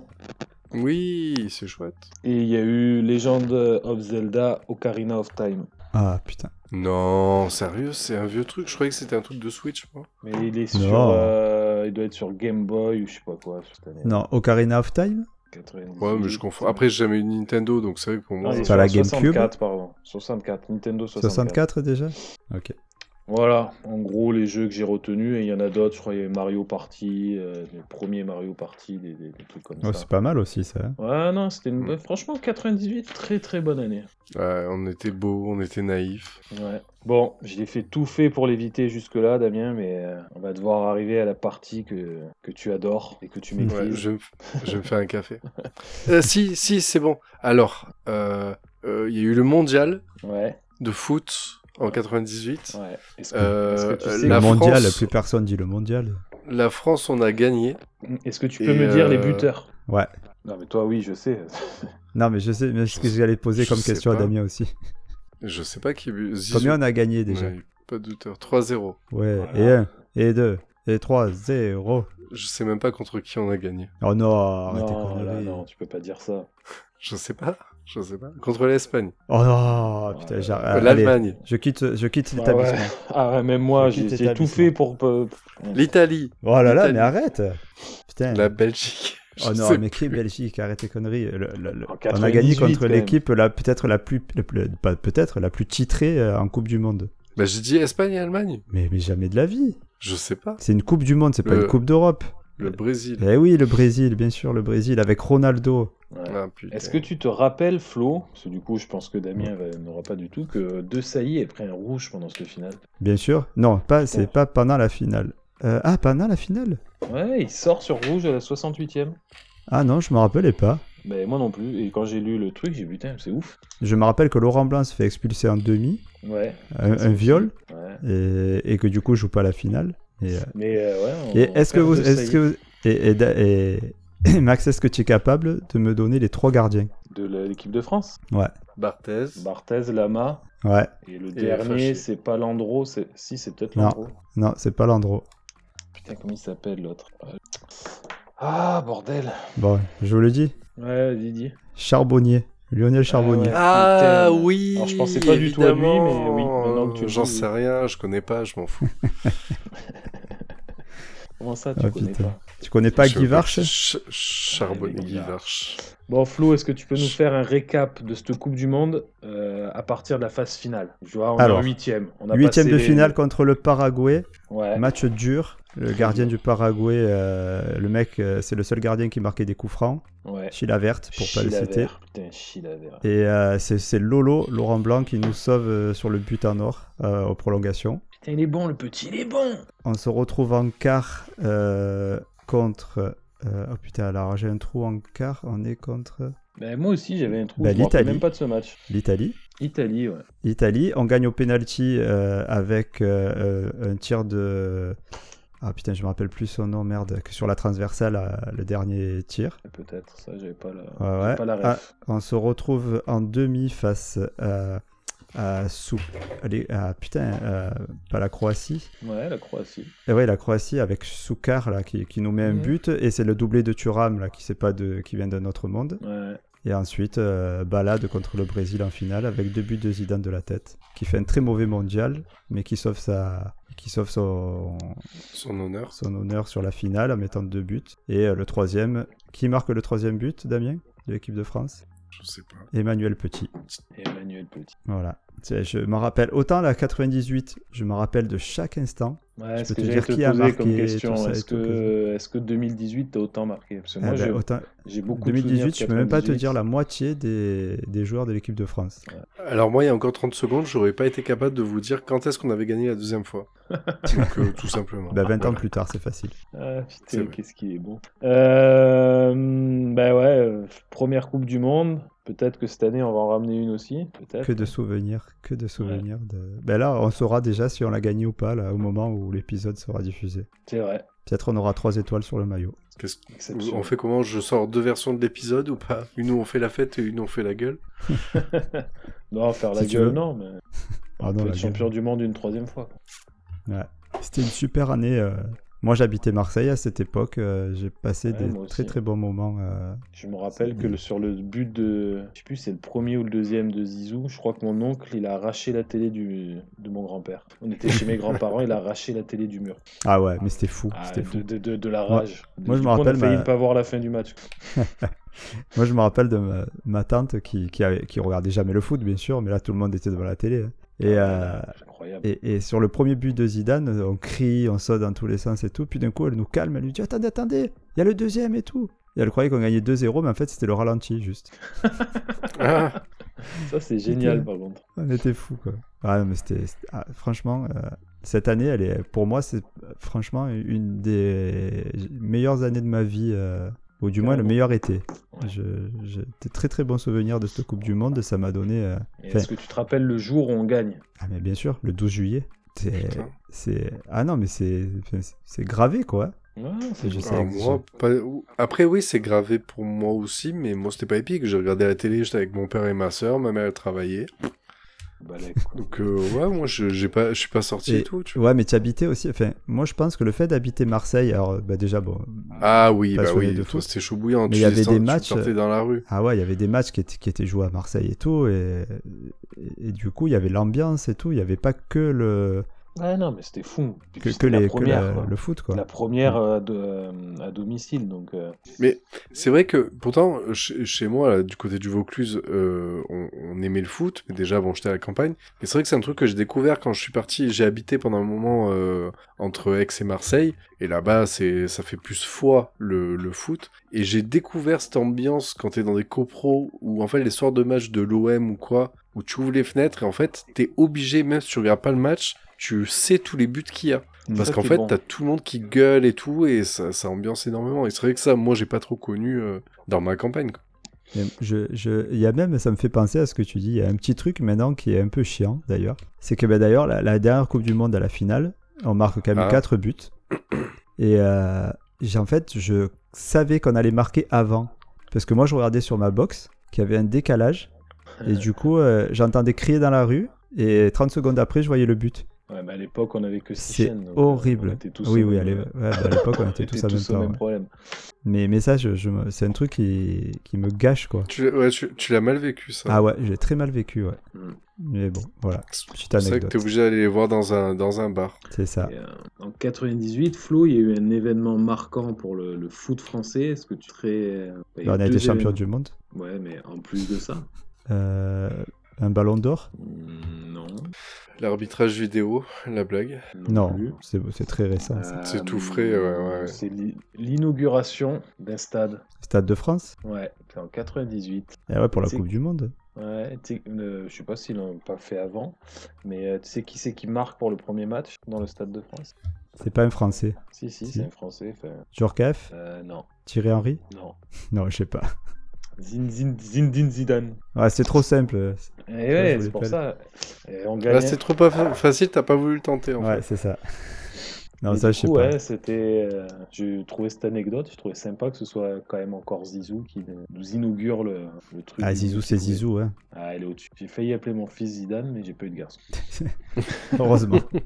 S3: Oui, c'est chouette.
S2: Et il y a eu Legend of Zelda Ocarina of Time.
S4: Ah putain.
S3: Non, sérieux, c'est un vieux truc. Je croyais que c'était un truc de Switch, moi.
S2: Mais il est
S4: Non.
S2: sur. euh, il doit être sur Game Boy ou je sais pas quoi cette année.
S4: Non, Ocarina of Time
S2: 98.
S3: Ouais, mais je confonds. Après, j'ai jamais eu Nintendo, donc c'est vrai que pour
S2: Non,
S3: moi.
S2: Ah, il est
S4: Pas
S2: sur
S4: la
S2: la
S4: GameCube.
S2: 64, pardon. 64, Nintendo 64.
S4: 64 déjà Ok.
S2: Voilà, en gros les jeux que j'ai retenus, et il y en a d'autres, je crois, il y avait Mario Party, euh, les premiers Mario Party, des, des- des trucs comme
S4: Oh,
S2: ça.
S4: c'est pas mal aussi ça. hein.
S2: Ouais, non, c'était une
S3: Mm.
S2: bonne... Franchement, 98, très très bonne année.
S3: Ouais, on était beau, on était naïf.
S2: Ouais. Bon, je l'ai fait tout fait pour l'éviter jusque-là, Damien, mais euh, on va devoir arriver à la partie que, que tu adores et que tu
S4: Ouais,
S2: maîtrises.
S3: je, vais me f- je vais me faire un café. Euh, si, si, c'est bon. Alors, euh, euh, il y a eu le mondial
S2: Ouais,
S3: de foot en 98.
S2: ouais. Est-ce que,
S3: Euh,
S2: est-ce que tu
S3: euh,
S2: sais-
S4: Le
S3: La
S4: mondial,
S3: France-
S4: plus personne dit le mondial.
S3: La France, on a gagné.
S2: est-ce que tu
S3: et
S2: peux me dire les
S3: euh,
S2: buteurs
S4: Ouais.
S2: Non, mais toi, oui, je sais.
S4: Non, mais je sais, mais ce que j'allais poser
S3: Je
S4: comme
S3: sais
S4: question à
S3: pas.
S4: Damien aussi.
S3: Je sais pas qui. Zizou.
S4: Combien on a gagné déjà
S3: Ouais, pas de douteur. 3-0.
S4: Ouais,
S2: Voilà.
S4: et 1, et 2, et 3, 0.
S3: Je sais même pas contre qui on a gagné.
S4: Oh non, arrêtez
S2: non, là,
S4: conneries.
S2: non, tu peux pas dire ça.
S3: Je sais pas. Je sais pas. Contre l'Espagne. Euh,
S4: Oh non, putain,
S2: Ouais.
S4: j'arrête.
S3: Bah, L'Allemagne.
S4: Je quitte, je quitte
S2: Ah ouais.
S4: l'établissement.
S2: Ah ouais, même moi,
S4: Quitte
S2: j'ai j'ai tout fait pour. euh, peu-
S3: L'Italie.
S4: Oh là là,
S3: L'Italie.
S4: mais arrête Putain.
S3: La Belgique. Je
S4: Oh non,
S3: sais
S4: mais qui est
S3: plus.
S4: Belgique Arrête tes conneries. Le- le- le-
S2: En
S4: On a gagné
S2: 98,
S4: contre
S2: quand même.
S4: l'équipe la peut-être la plus, la plus- pas peut-être la plus titrée euh, en Coupe du Monde.
S3: Bah, j'ai dit Espagne et Allemagne.
S4: Mais, mais jamais de la vie.
S3: Je sais pas.
S4: C'est une Coupe du Monde, c'est pas
S3: Le-
S4: une Coupe d'Europe.
S3: Le Brésil.
S4: Eh oui, le Brésil, bien sûr, le Brésil avec Ronaldo.
S2: Ouais.
S3: Ah, putain.
S2: Est-ce que tu te rappelles, Flo, parce que du coup, je pense que Damien va- n'aura pas du tout, que De Sailly ait pris un rouge pendant cette finale
S4: Bien sûr. Non, pas c'est pas pendant la finale. Euh, ah, pendant la finale
S2: Ouais, il sort sur rouge à la 68ème.
S4: Ah non, je me rappelais pas.
S2: Mais moi non plus. Et quand j'ai lu le truc, j'ai dit putain, c'est ouf.
S4: Je me rappelle que Laurent Blanc se fait expulser en demi,
S2: Ouais.
S4: un, un viol,
S2: Ouais.
S4: et, et que du coup joue pas la finale. Et, euh,
S2: Mais euh, ouais. on-
S4: Et
S2: on
S4: est-ce que
S2: perd
S4: vous,
S2: De
S4: est-ce
S2: Sailly.
S4: que vous- et, et da- et- et Max, est-ce que tu es capable de me donner les trois gardiens
S2: de la- l'équipe de France
S3: Barthez.
S2: Barthez, Lama.
S4: Ouais,
S2: Et le
S3: Et
S2: dernier,
S3: Faché.
S2: c'est pas Landreau. c'est- Si, c'est peut-être
S4: Non.
S2: Landreau.
S4: non, c'est pas Landreau.
S2: Putain, comment il s'appelle l'autre Euh, Ah, bordel.
S4: Bon, je vous le dis,
S2: Ouais, Didier. Charbonnier.
S4: Charbonnier, Lionel Charbonnier.
S2: ouais.
S3: Ah
S2: Putain.
S3: oui
S2: Alors, je pensais pas du tout à lui, mais
S3: évidemment.
S2: oui, maintenant que tu le
S3: J'en
S2: dis, oui.
S3: sais rien, je connais pas, je m'en fous.
S2: Comment ça, tu
S4: Ah,
S2: connais
S4: putain.
S2: pas
S4: Tu connais pas
S3: Je-
S4: Guy Varche
S3: Ch- Charbonnier
S2: Ouais,
S3: Guy
S2: Guy
S3: Varche.
S2: Bon, Flo, est-ce que tu peux nous faire un récap de cette Coupe du Monde euh, à partir de la phase finale Je vois, on est
S4: Alors,
S2: en huitième. On a
S4: Huitième
S2: passé
S4: de
S2: les-
S4: finale contre le Paraguay,
S2: Ouais.
S4: match dur. Le gardien du Paraguay, euh, le mec, euh, c'est le seul gardien qui marquait des coups francs.
S2: ouais.
S4: Chila Verte, pour pas le
S2: Chilavert,
S4: citer.
S2: Putain, Chilavert.
S4: Et euh, c'est c'est Lolo, Laurent Blanc, qui nous sauve euh, sur le but en or euh, aux prolongations.
S2: Putain, il est bon, le petit, il est bon
S4: On se retrouve en quart euh, contre. euh, oh putain, alors j'ai un trou en quart. On est contre
S2: ben, Moi aussi, j'avais un trou.
S4: Ben,
S2: je me rappelle
S4: l'Italie.
S2: même pas de ce match.
S4: l'Italie.
S2: Italie, ouais.
S4: Italie, on gagne au penalty euh, avec euh, euh, un tir de. Ah putain, je me rappelle plus son nom, merde. Que sur la transversale, euh, le dernier tir.
S2: Peut-être, ça, j'avais pas la,
S4: Ouais,
S2: j'avais
S4: ouais. Ah,
S2: Pas la ref.
S4: On se retrouve en demi face à. à Sou- allez, à- putain, euh, pas la Croatie.
S2: Ouais, la Croatie.
S4: Et ouais, la Croatie avec Soukar là, qui, qui nous met un
S2: Mhm.
S4: but et c'est le doublé de Thuram là, qui, sait pas de, qui vient d'un autre monde.
S2: Ouais.
S4: Et ensuite, euh, balade contre le Brésil en finale avec deux buts de Zidane de la tête, qui fait un très mauvais mondial, mais qui sauve, sa, qui sauve son,
S3: Son honneur.
S4: son honneur sur la finale en mettant deux buts. Et euh, le troisième, qui marque le troisième but, Damien, de l'équipe de France
S3: Je sais pas.
S4: Emmanuel Petit.
S2: Emmanuel Petit.
S4: Voilà. C'est- Je m'en rappelle, autant la 98, je me rappelle de chaque instant.
S2: Ouais,
S4: Je
S2: est-ce que
S4: peux te
S2: j'allais
S4: dire
S2: te
S4: qui a
S2: poser comme
S4: marqué
S2: question
S4: tout ça et
S2: Est-ce
S4: tout,
S2: que, est que 2018 t'as autant marqué Parce que
S4: Eh
S2: moi,
S4: ben,
S2: j'ai-
S4: autant-
S2: j'ai beaucoup de souvenirs
S4: 2018,
S2: de
S4: je peux même pas te
S2: 98.
S4: dire la moitié des, des joueurs de l'équipe de France.
S3: Alors moi, il y a encore 30 secondes, j'aurais pas été capable de vous dire quand est-ce qu'on avait gagné la deuxième fois. Donc euh, tout simplement.
S4: Bah, 20 ans
S3: Voilà.
S4: plus tard, c'est facile.
S2: Ah
S3: C'est
S2: putain,
S3: vrai.
S2: qu'est-ce qu'il est bon. Euh, bah ouais, euh, première Coupe du Monde. Peut-être que cette année, on va en ramener une aussi. Peut-être.
S4: Que de souvenirs, que de souvenirs. De... Ben là, on saura déjà si on l'a gagné ou pas là, au moment où l'épisode sera diffusé.
S2: C'est vrai.
S4: Peut-être on aura trois étoiles sur le maillot.
S3: Qu'est-ce que-
S2: Exceptionnel.
S3: On fait comment Je sors deux versions de l'épisode ou pas Une où on fait la fête et une où on fait la gueule
S2: Non, faire la
S4: Si tu
S2: gueule,
S4: veux.
S2: non, mais on
S4: Ah non,
S2: peut
S4: la
S2: être champion du monde une troisième fois. quoi.
S4: gueule. Ouais. C'était une super année. euh. Moi, j'habitais Marseille à cette époque. euh, J'ai passé
S2: Ouais,
S4: des
S2: moi aussi.
S4: très très bons moments. euh.
S2: Je me rappelle
S4: C'est
S2: que le-
S4: bien.
S2: sur le but de. Je sais plus, c'est le premier ou le deuxième de Zizou. Je crois que mon oncle, il a arraché la télé du... de mon grand-père. On était chez mes grands-parents, il a arraché la télé du mur.
S4: Ah ouais, mais c'était fou.
S2: Ah,
S4: c'était fou.
S2: de, de, de, de la
S4: Moi-
S2: rage.
S4: moi, je
S2: Du
S4: me
S2: coup,
S4: rappelle
S2: On a failli
S4: ma-
S2: ne pas voir la fin du match.
S4: Moi, je me rappelle de ma, ma tante qui, qui, avait- qui regardait jamais le foot, bien sûr, mais là, tout le monde était devant la télé. hein.
S2: Ah
S4: Et, euh,
S2: C'est Incroyable.
S4: Et, et sur le premier but de Zidane, on crie, on saute dans tous les sens et tout. Puis d'un coup, elle nous calme, elle nous dit Attendez, attendez, il y a le deuxième et tout. Et elle croyait qu'on gagnait 2-0, mais en fait, c'était le ralenti, juste.
S3: Ah,
S2: Ça, c'est génial, par contre.
S4: On était fous, quoi. Ah, non, mais c'était. c'était- ah, franchement, euh, cette année, elle est, pour moi, c'est euh, franchement une des meilleures années de ma vie, euh, ou du moins le
S2: Carrément.
S4: meilleur été.
S2: Ouais.
S4: Je- J'ai des très très bons souvenirs de cette Coupe du Monde, ça m'a donné. euh,
S2: Et Est-ce que tu te rappelles le jour où on gagne
S4: Ah mais bien sûr, le 12 juillet. C'est,
S3: Putain.
S4: c'est... Ah non, mais c'est, enfin, c'est- c'est gravé, quoi.
S2: Ouais,
S4: C'est juste
S3: ah,
S4: ça.
S3: moi, pas- ou- Après, oui, c'est gravé pour moi aussi, mais moi, c'était pas épique. J'ai regardé la télé, j'étais avec mon père et ma soeur, ma mère, elle travaillait.
S2: balèque. quoi.
S3: Donc, euh, ouais, moi, je j'ai pas, je suis pas sorti et,
S4: Et-
S3: tout. Tu vois.
S4: Ouais, mais tu habitais aussi. Enfin, moi, je pense que le fait d'habiter Marseille, alors bah, déjà, bon.
S3: Ah oui, bah
S4: Passionné
S3: oui,
S4: de
S3: toi,
S4: foot.
S3: c'était chaud bouillant. tu
S4: Mais il y avait
S3: descends-
S4: des
S3: tu
S4: matchs,
S3: sortais
S4: euh,
S3: dans la rue.
S4: Ah ouais, il y avait des matchs qui étaient, qui étaient joués à Marseille et tout. Et, et, et du coup, il y avait l'ambiance et tout. Il n'y avait pas que le,
S2: Ouais, non, mais c'était fou. Puis
S4: que, que
S2: c'était
S4: les,
S2: la
S4: que la-
S2: première, quoi.
S4: le foot, quoi.
S2: La première euh, de- euh, à domicile, donc euh,
S3: C'est vrai que pourtant, ch- chez moi, là, du côté du Vaucluse, euh, on, on aimait le foot, mais déjà, bon, j'étais à la campagne. Mais c'est vrai que c'est un truc que j'ai découvert quand je suis parti. J'ai habité pendant un moment euh, entre Aix et Marseille, et là-bas, c'est ça fait plus foi le, le foot. Et j'ai découvert cette ambiance quand t'es dans des copros, ou en fait, les soirs de match de l'OM ou quoi, où tu ouvres les fenêtres, et en fait, t'es obligé, même si tu regardes pas le match, tu sais tous les buts qu'il y a. Parce
S2: ça,
S3: qu'en
S2: c'est
S3: fait,
S2: bon.
S3: t'as tout le monde qui gueule et tout, et ça, ça ambiance énormément. Et c'est vrai que ça, moi, j'ai pas trop connu euh, dans ma campagne. quoi.
S4: Et Je, je, il y a même, ça me fait penser à ce que tu dis, il y a un petit truc maintenant qui est un peu chiant d'ailleurs. C'est que ben, d'ailleurs, la, la dernière Coupe du Monde à la finale, on marque quand même
S3: Ah.
S4: 4 buts. Et euh, j'ai- en fait, je savais qu'on allait marquer avant. Parce que moi, je regardais sur ma box qu'il y avait un décalage. Et du coup, euh, j'entendais crier dans la rue. Et 30 secondes après, je voyais le but.
S2: Ouais, mais à l'époque, on avait que six
S4: C'est
S2: chaînes. donc, euh,
S4: horrible.
S2: on était tous
S4: oui,
S2: au
S4: oui,
S2: même-
S4: à l'é- ouais, bah, à l'époque, on
S2: on
S4: était
S2: était
S4: tous à même
S2: tous au
S4: temps.
S2: même
S4: ouais.
S2: problème.
S4: Mais, mais ça, je, je me- c'est un truc qui, qui me gâche, quoi.
S3: Tu, l'as- ouais, tu, tu l'as mal vécu, ça.
S4: Ah ouais, j'ai très mal vécu, ouais.
S2: Mm.
S4: Mais bon, voilà,
S3: C'est
S4: petite
S3: pour ça que
S4: anecdote.
S3: t'es obligé d'aller les voir dans un, dans un bar.
S4: C'est ça.
S2: Et, euh, en 98, Flo, il y a eu un événement marquant pour le, le foot français. Est-ce que tu serais. euh, il y
S4: Bah, on a
S2: deux
S4: été champion
S2: événements.
S4: du monde.
S2: Ouais, mais en plus de ça.
S4: Euh, un ballon d'or
S2: mm, Non.
S3: L'arbitrage vidéo, la blague.
S2: Non.
S4: Non,
S2: plus.
S4: c'est c'est très récent. ça.
S2: Euh,
S3: C'est tout frais, ouais, ouais, ouais.
S2: C'est l'i- l'inauguration d'un stade.
S4: Stade de France
S2: Ouais, c'est en 98.
S4: Eh ouais, pour la
S2: Euh. C'est-
S4: Coupe du Monde.
S2: Ouais, tu sais, euh, je sais pas s'ils l'ont pas fait avant, mais euh, tu sais qui c'est qui marque pour le premier match dans le Stade de France
S4: C'est pas un Français.
S2: Si, si,
S4: Si.
S2: c'est un Français. enfin,
S4: Djorkaeff
S2: euh, non,
S4: Thierry Henry
S2: non.
S4: Non, je sais pas.
S2: Zin, zin, Zindine Zidane.
S4: Ouais, c'est trop simple.
S2: Et
S4: je
S2: Eh ouais,
S4: voulais
S2: c'est pour
S4: pas Bah,
S2: ça. Et on
S3: Là,
S2: gagnait.
S3: Bah, c'est trop pas fa- facile, t'as pas voulu le tenter, en
S4: Ouais,
S3: fait.
S4: c'est ça. Non,
S2: Mais
S4: ça,
S2: du
S4: je sais
S2: coup,
S4: pas.
S2: ouais, c'était. euh, J'ai trouvé cette anecdote, je trouvais sympa que ce soit quand même encore Zizou qui nous inaugure le, le truc.
S4: Ah, Zizou, c'est Zizou, hein.
S2: Ah, elle est au-dessus. J'ai failli appeler mon fils Zidane, mais j'ai pas eu de garçon.
S4: Heureusement.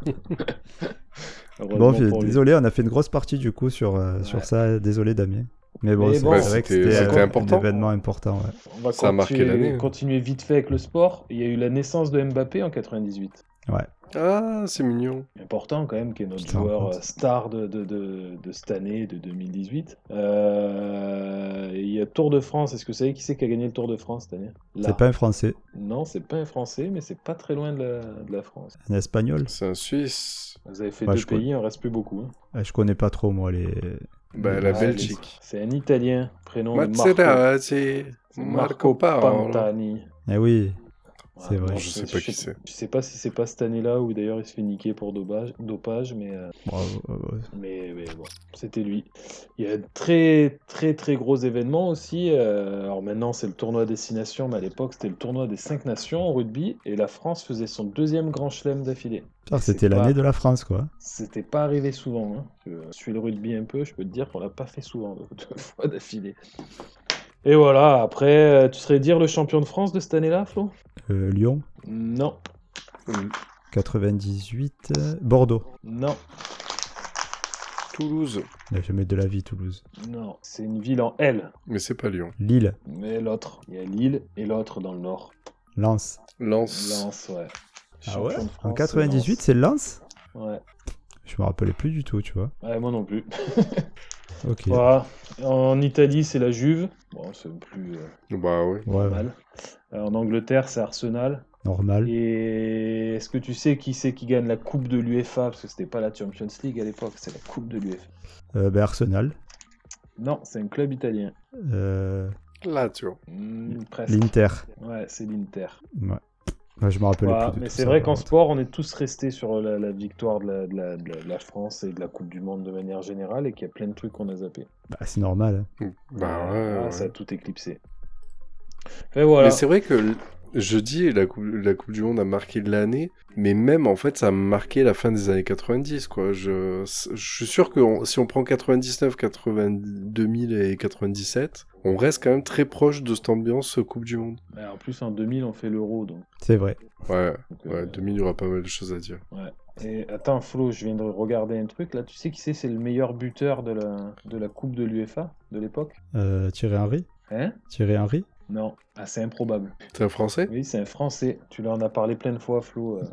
S2: Heureusement
S4: bon, puis,
S2: pour lui.
S4: désolé, on a fait une grosse partie du coup sur, euh, sur
S2: Ouais.
S4: ça. Désolé, Damien. Mais bon,
S2: Mais
S4: c'est
S2: bon,
S4: c'est vrai que
S3: c'était-
S4: c'était
S2: c'était
S4: euh, un
S3: important.
S4: événement important. ouais.
S2: On va
S3: Ça a marqué
S2: continuer-
S3: l'année. hein.
S2: continuer vite fait avec le sport. Il y a eu la naissance de Mbappé en 98.
S3: Ah, c'est mignon.
S2: Important quand même, qui est notre
S4: Putain,
S2: joueur
S4: important.
S2: euh, star de, de, de, de cette année, de 2018. Euh, il y a Tour de France. Est-ce que vous savez qui c'est qui a gagné le Tour de France cette année Là.
S4: C'est pas un Français,
S2: Non, c'est pas un Français, mais c'est pas très loin de la, de la France.
S4: un Espagnol.
S3: C'est un Suisse.
S2: Vous avez fait
S4: Ouais,
S2: deux
S4: je crois.
S2: pays, on reste plus beaucoup. hein.
S4: Ah, Je connais pas trop, moi, les.
S3: Bah, la
S2: Ah,
S3: Belgique.
S2: C'est un Italien, prénom de Marco,
S3: Maserati,
S2: c'est
S3: Marco
S2: Marco
S3: Paolo.
S2: Pantani.
S4: Eh oui,
S2: Ouais,
S4: C'est vrai.
S2: bon,
S3: Je sais pas qui c'est.
S2: Je sais pas si c'est pas cette année-là où d'ailleurs il se fait niquer pour dopage, dopage mais, euh,
S4: bravo, bravo.
S2: mais, mais bon, c'était lui. Il y a un très très très gros événement aussi. euh, alors maintenant c'est le tournoi des six nations, mais à l'époque c'était le tournoi des cinq nations en rugby et la France faisait son deuxième grand chelem d'affilée.
S4: Putain,
S2: C'est
S4: C'était l'année
S2: pas-
S4: de la France, quoi.
S2: C'était pas arrivé souvent. Hein. Je suis le rugby un peu, je peux te dire qu'on l'a pas fait souvent deux fois d'affilée. Et voilà, après, euh, tu serais dire le champion de France de cette année-là, Flo
S4: Euh, Lyon,
S2: Non,
S4: 98. euh, Bordeaux.
S2: non,
S3: Toulouse.
S4: N'a jamais de la vie, Toulouse.
S2: non. C'est une ville en L.
S3: Mais c'est pas Lyon.
S4: Lille,
S2: Mais l'autre, il y a Lille et l'autre dans le nord.
S4: Lens.
S3: Lens.
S2: Lens, ouais.
S4: Ah ouais
S2: Champion de
S4: En
S2: France,
S4: 98, c'est Lens
S2: Lens. Ouais.
S4: Je me rappelais plus du tout, tu vois.
S2: Ouais, moi non plus.
S4: Ok.
S2: Voilà. En Italie, c'est la Juve. Bon, c'est plus euh,
S3: Bah ouais.
S4: Ouais,
S2: mal. Euh, en Angleterre, c'est Arsenal.
S4: normal.
S2: Et est-ce que tu sais qui c'est qui gagne la Coupe de l'UEFA Parce que c'était pas la Champions League à l'époque, c'est la Coupe de l'UEFA.
S4: Euh, ben, Arsenal.
S2: Non, c'est un club italien.
S4: Euh,
S3: Là, tu vois.
S2: Hmm, presque.
S4: L'Inter.
S2: Ouais, c'est l'Inter.
S4: Ouais. Ouais, je me rappelais
S2: Voilà,
S4: plus. de
S2: mais
S4: tout
S2: c'est
S4: ça, hein.
S2: vrai
S4: par
S2: qu'en
S4: contre.
S2: sport, on est tous restés sur la, la victoire de la, de la- de la- de la France et de la Coupe du Monde de manière générale et qu'il y a plein de trucs qu'on a zappé.
S4: Bah, c'est normal. hein.
S3: Bah ouais.
S2: Ah,
S3: ouais.
S2: Ça a tout éclipsé. Et voilà.
S3: Mais c'est vrai que l- je dis la coupe, la coupe du Monde a marqué l'année, mais même en fait ça a marqué la fin des années 90 quoi. Je, je suis sûr que on- si on prend 99, 80, 2000 et 97, on reste quand même très proche de cette ambiance euh, Coupe du Monde.
S2: Ouais, En plus, en 2000, on fait l'euro. Donc,
S4: C'est vrai.
S3: Ouais,
S2: donc, euh,
S3: ouais, 2000 il y aura pas mal de choses à dire.
S2: et attends, Flo, je viens de regarder un truc. Là, tu sais qui c'est C'est le meilleur buteur de la, de la Coupe de l'UEFA de l'époque
S4: Euh, Thierry Henry
S2: Hein
S4: Thierry Henry
S2: Non. Ah, c'est improbable.
S3: C'est un français
S2: Oui, c'est un Français. Tu l'en as parlé plein de fois, Flo. euh,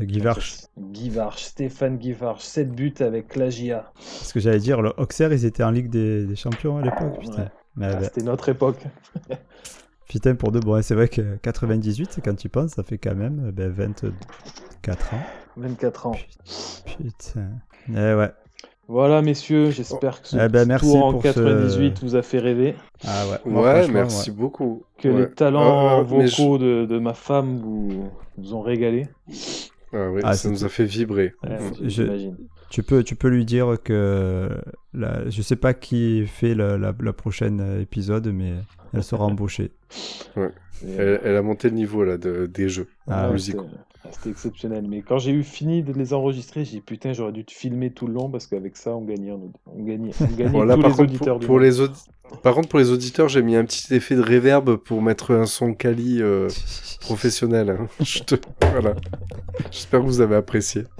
S4: Euh, Guy Varche.
S2: Guy Varche, Stéphane Guy Varche, 7 buts avec Lagia.
S4: Ce que j'allais dire, le Auxerre, ils étaient en Ligue des, des Champions à l'époque, putain.
S2: Ouais.
S4: Mais,
S2: Ah,
S4: bah,
S2: C'était notre époque.
S4: putain, pour deux, bon, ouais, c'est vrai que 98, quand tu y penses, ça fait quand même euh, ben, 24 ans.
S2: 24 ans.
S4: Putain. Eh ouais.
S2: Voilà, messieurs, j'espère que ce
S4: Eh ben,
S2: petit
S4: merci
S2: tour en
S4: pour ce-
S2: 98 vous a fait rêver.
S4: Ah ouais. Moi,
S3: Ouais,
S4: franchement,
S3: merci
S4: ouais.
S3: beaucoup.
S2: Que
S3: Ouais.
S2: les talents
S3: Ah, ah, mais je-
S2: vocaux de, de ma femme vous, vous ont régalé.
S3: Ah ouais,
S4: Ah,
S3: ça nous
S4: c'était-
S3: a fait vibrer.
S2: Ouais,
S4: Je-
S2: j'imagine.
S4: Tu peux, tu peux lui dire que la, je sais pas qui fait la, la, la prochaine euh, épisode, mais elle sera embauchée.
S2: Et, euh,
S3: Elle, elle a monté le niveau là de- des jeux.
S4: Ah,
S2: ouais,
S4: oui.
S3: musique.
S2: c'était- ah, C'était exceptionnel. Mais quand j'ai eu fini de les enregistrer, j'ai dit putain, j'aurais dû te filmer tout le long parce qu'avec ça, on gagnait, en audi- on gagnait, on gagnait
S3: Bon, là,
S2: tous
S3: par,
S2: les
S3: contre,
S2: auditeurs
S3: pour,
S2: du
S3: pour
S2: monde.
S3: les audi- par contre, pour les auditeurs, j'ai mis un petit effet de réverb pour mettre un son quali euh, professionnel. hein. Je te- voilà. J'espère que vous avez apprécié.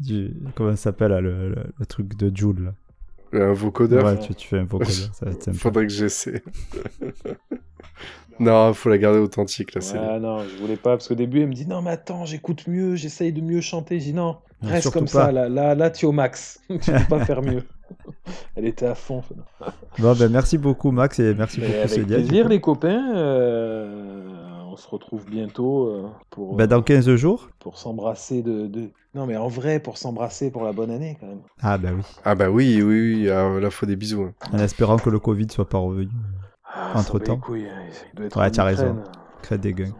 S4: Du- comment ça s'appelle là, le, le- le truc de Joule là
S3: Un vocodeur,
S4: Ouais, tu, tu fais un vocodeur, ça va être sympa.
S3: faudrait que j'essaie. non, faut la garder authentique là. c'est-
S2: Ah non, je voulais pas parce qu'au début, elle me dit non, mais attends, j'écoute mieux, j'essaye de mieux chanter. J'ai dit non,
S4: Non,
S2: reste
S4: surtout
S2: comme
S4: pas.
S2: ça, là, là, là, tu es au max. tu peux pas faire mieux. Elle était à fond.
S4: Bon, ben, merci beaucoup Max et merci
S2: Mais
S4: pour tout ce
S2: avec
S4: dialogue.
S2: plaisir, les copains. euh, on se retrouve bientôt euh, pour,
S4: Ben,
S2: euh,
S4: dans 15 jours
S2: pour s'embrasser de, de- Non, mais en vrai, pour s'embrasser pour la bonne année quand même.
S4: Ah ben oui,
S3: Ah bah oui, oui, oui. ah, là, faut des bisous. hein.
S4: en espérant que le Covid soit pas revenu.
S2: Ah,
S4: Entre-temps.
S2: ça bat les couilles, hein, il doit être
S4: Ouais,
S2: en
S4: t'as raison.
S2: Ukraine.
S4: Crête des gueux.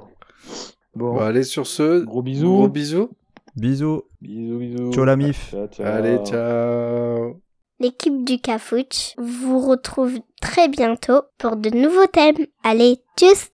S2: Bon,
S3: Bon, allez sur ce.
S2: gros bisous.
S3: Gros bisous.
S4: Bisous,
S2: bisous, bisous.
S4: ciao la mif
S2: Ciao, ciao.
S3: Allez, ciao.
S1: L'équipe du Cafouche vous retrouve très bientôt pour de nouveaux thèmes. Allez, tchuss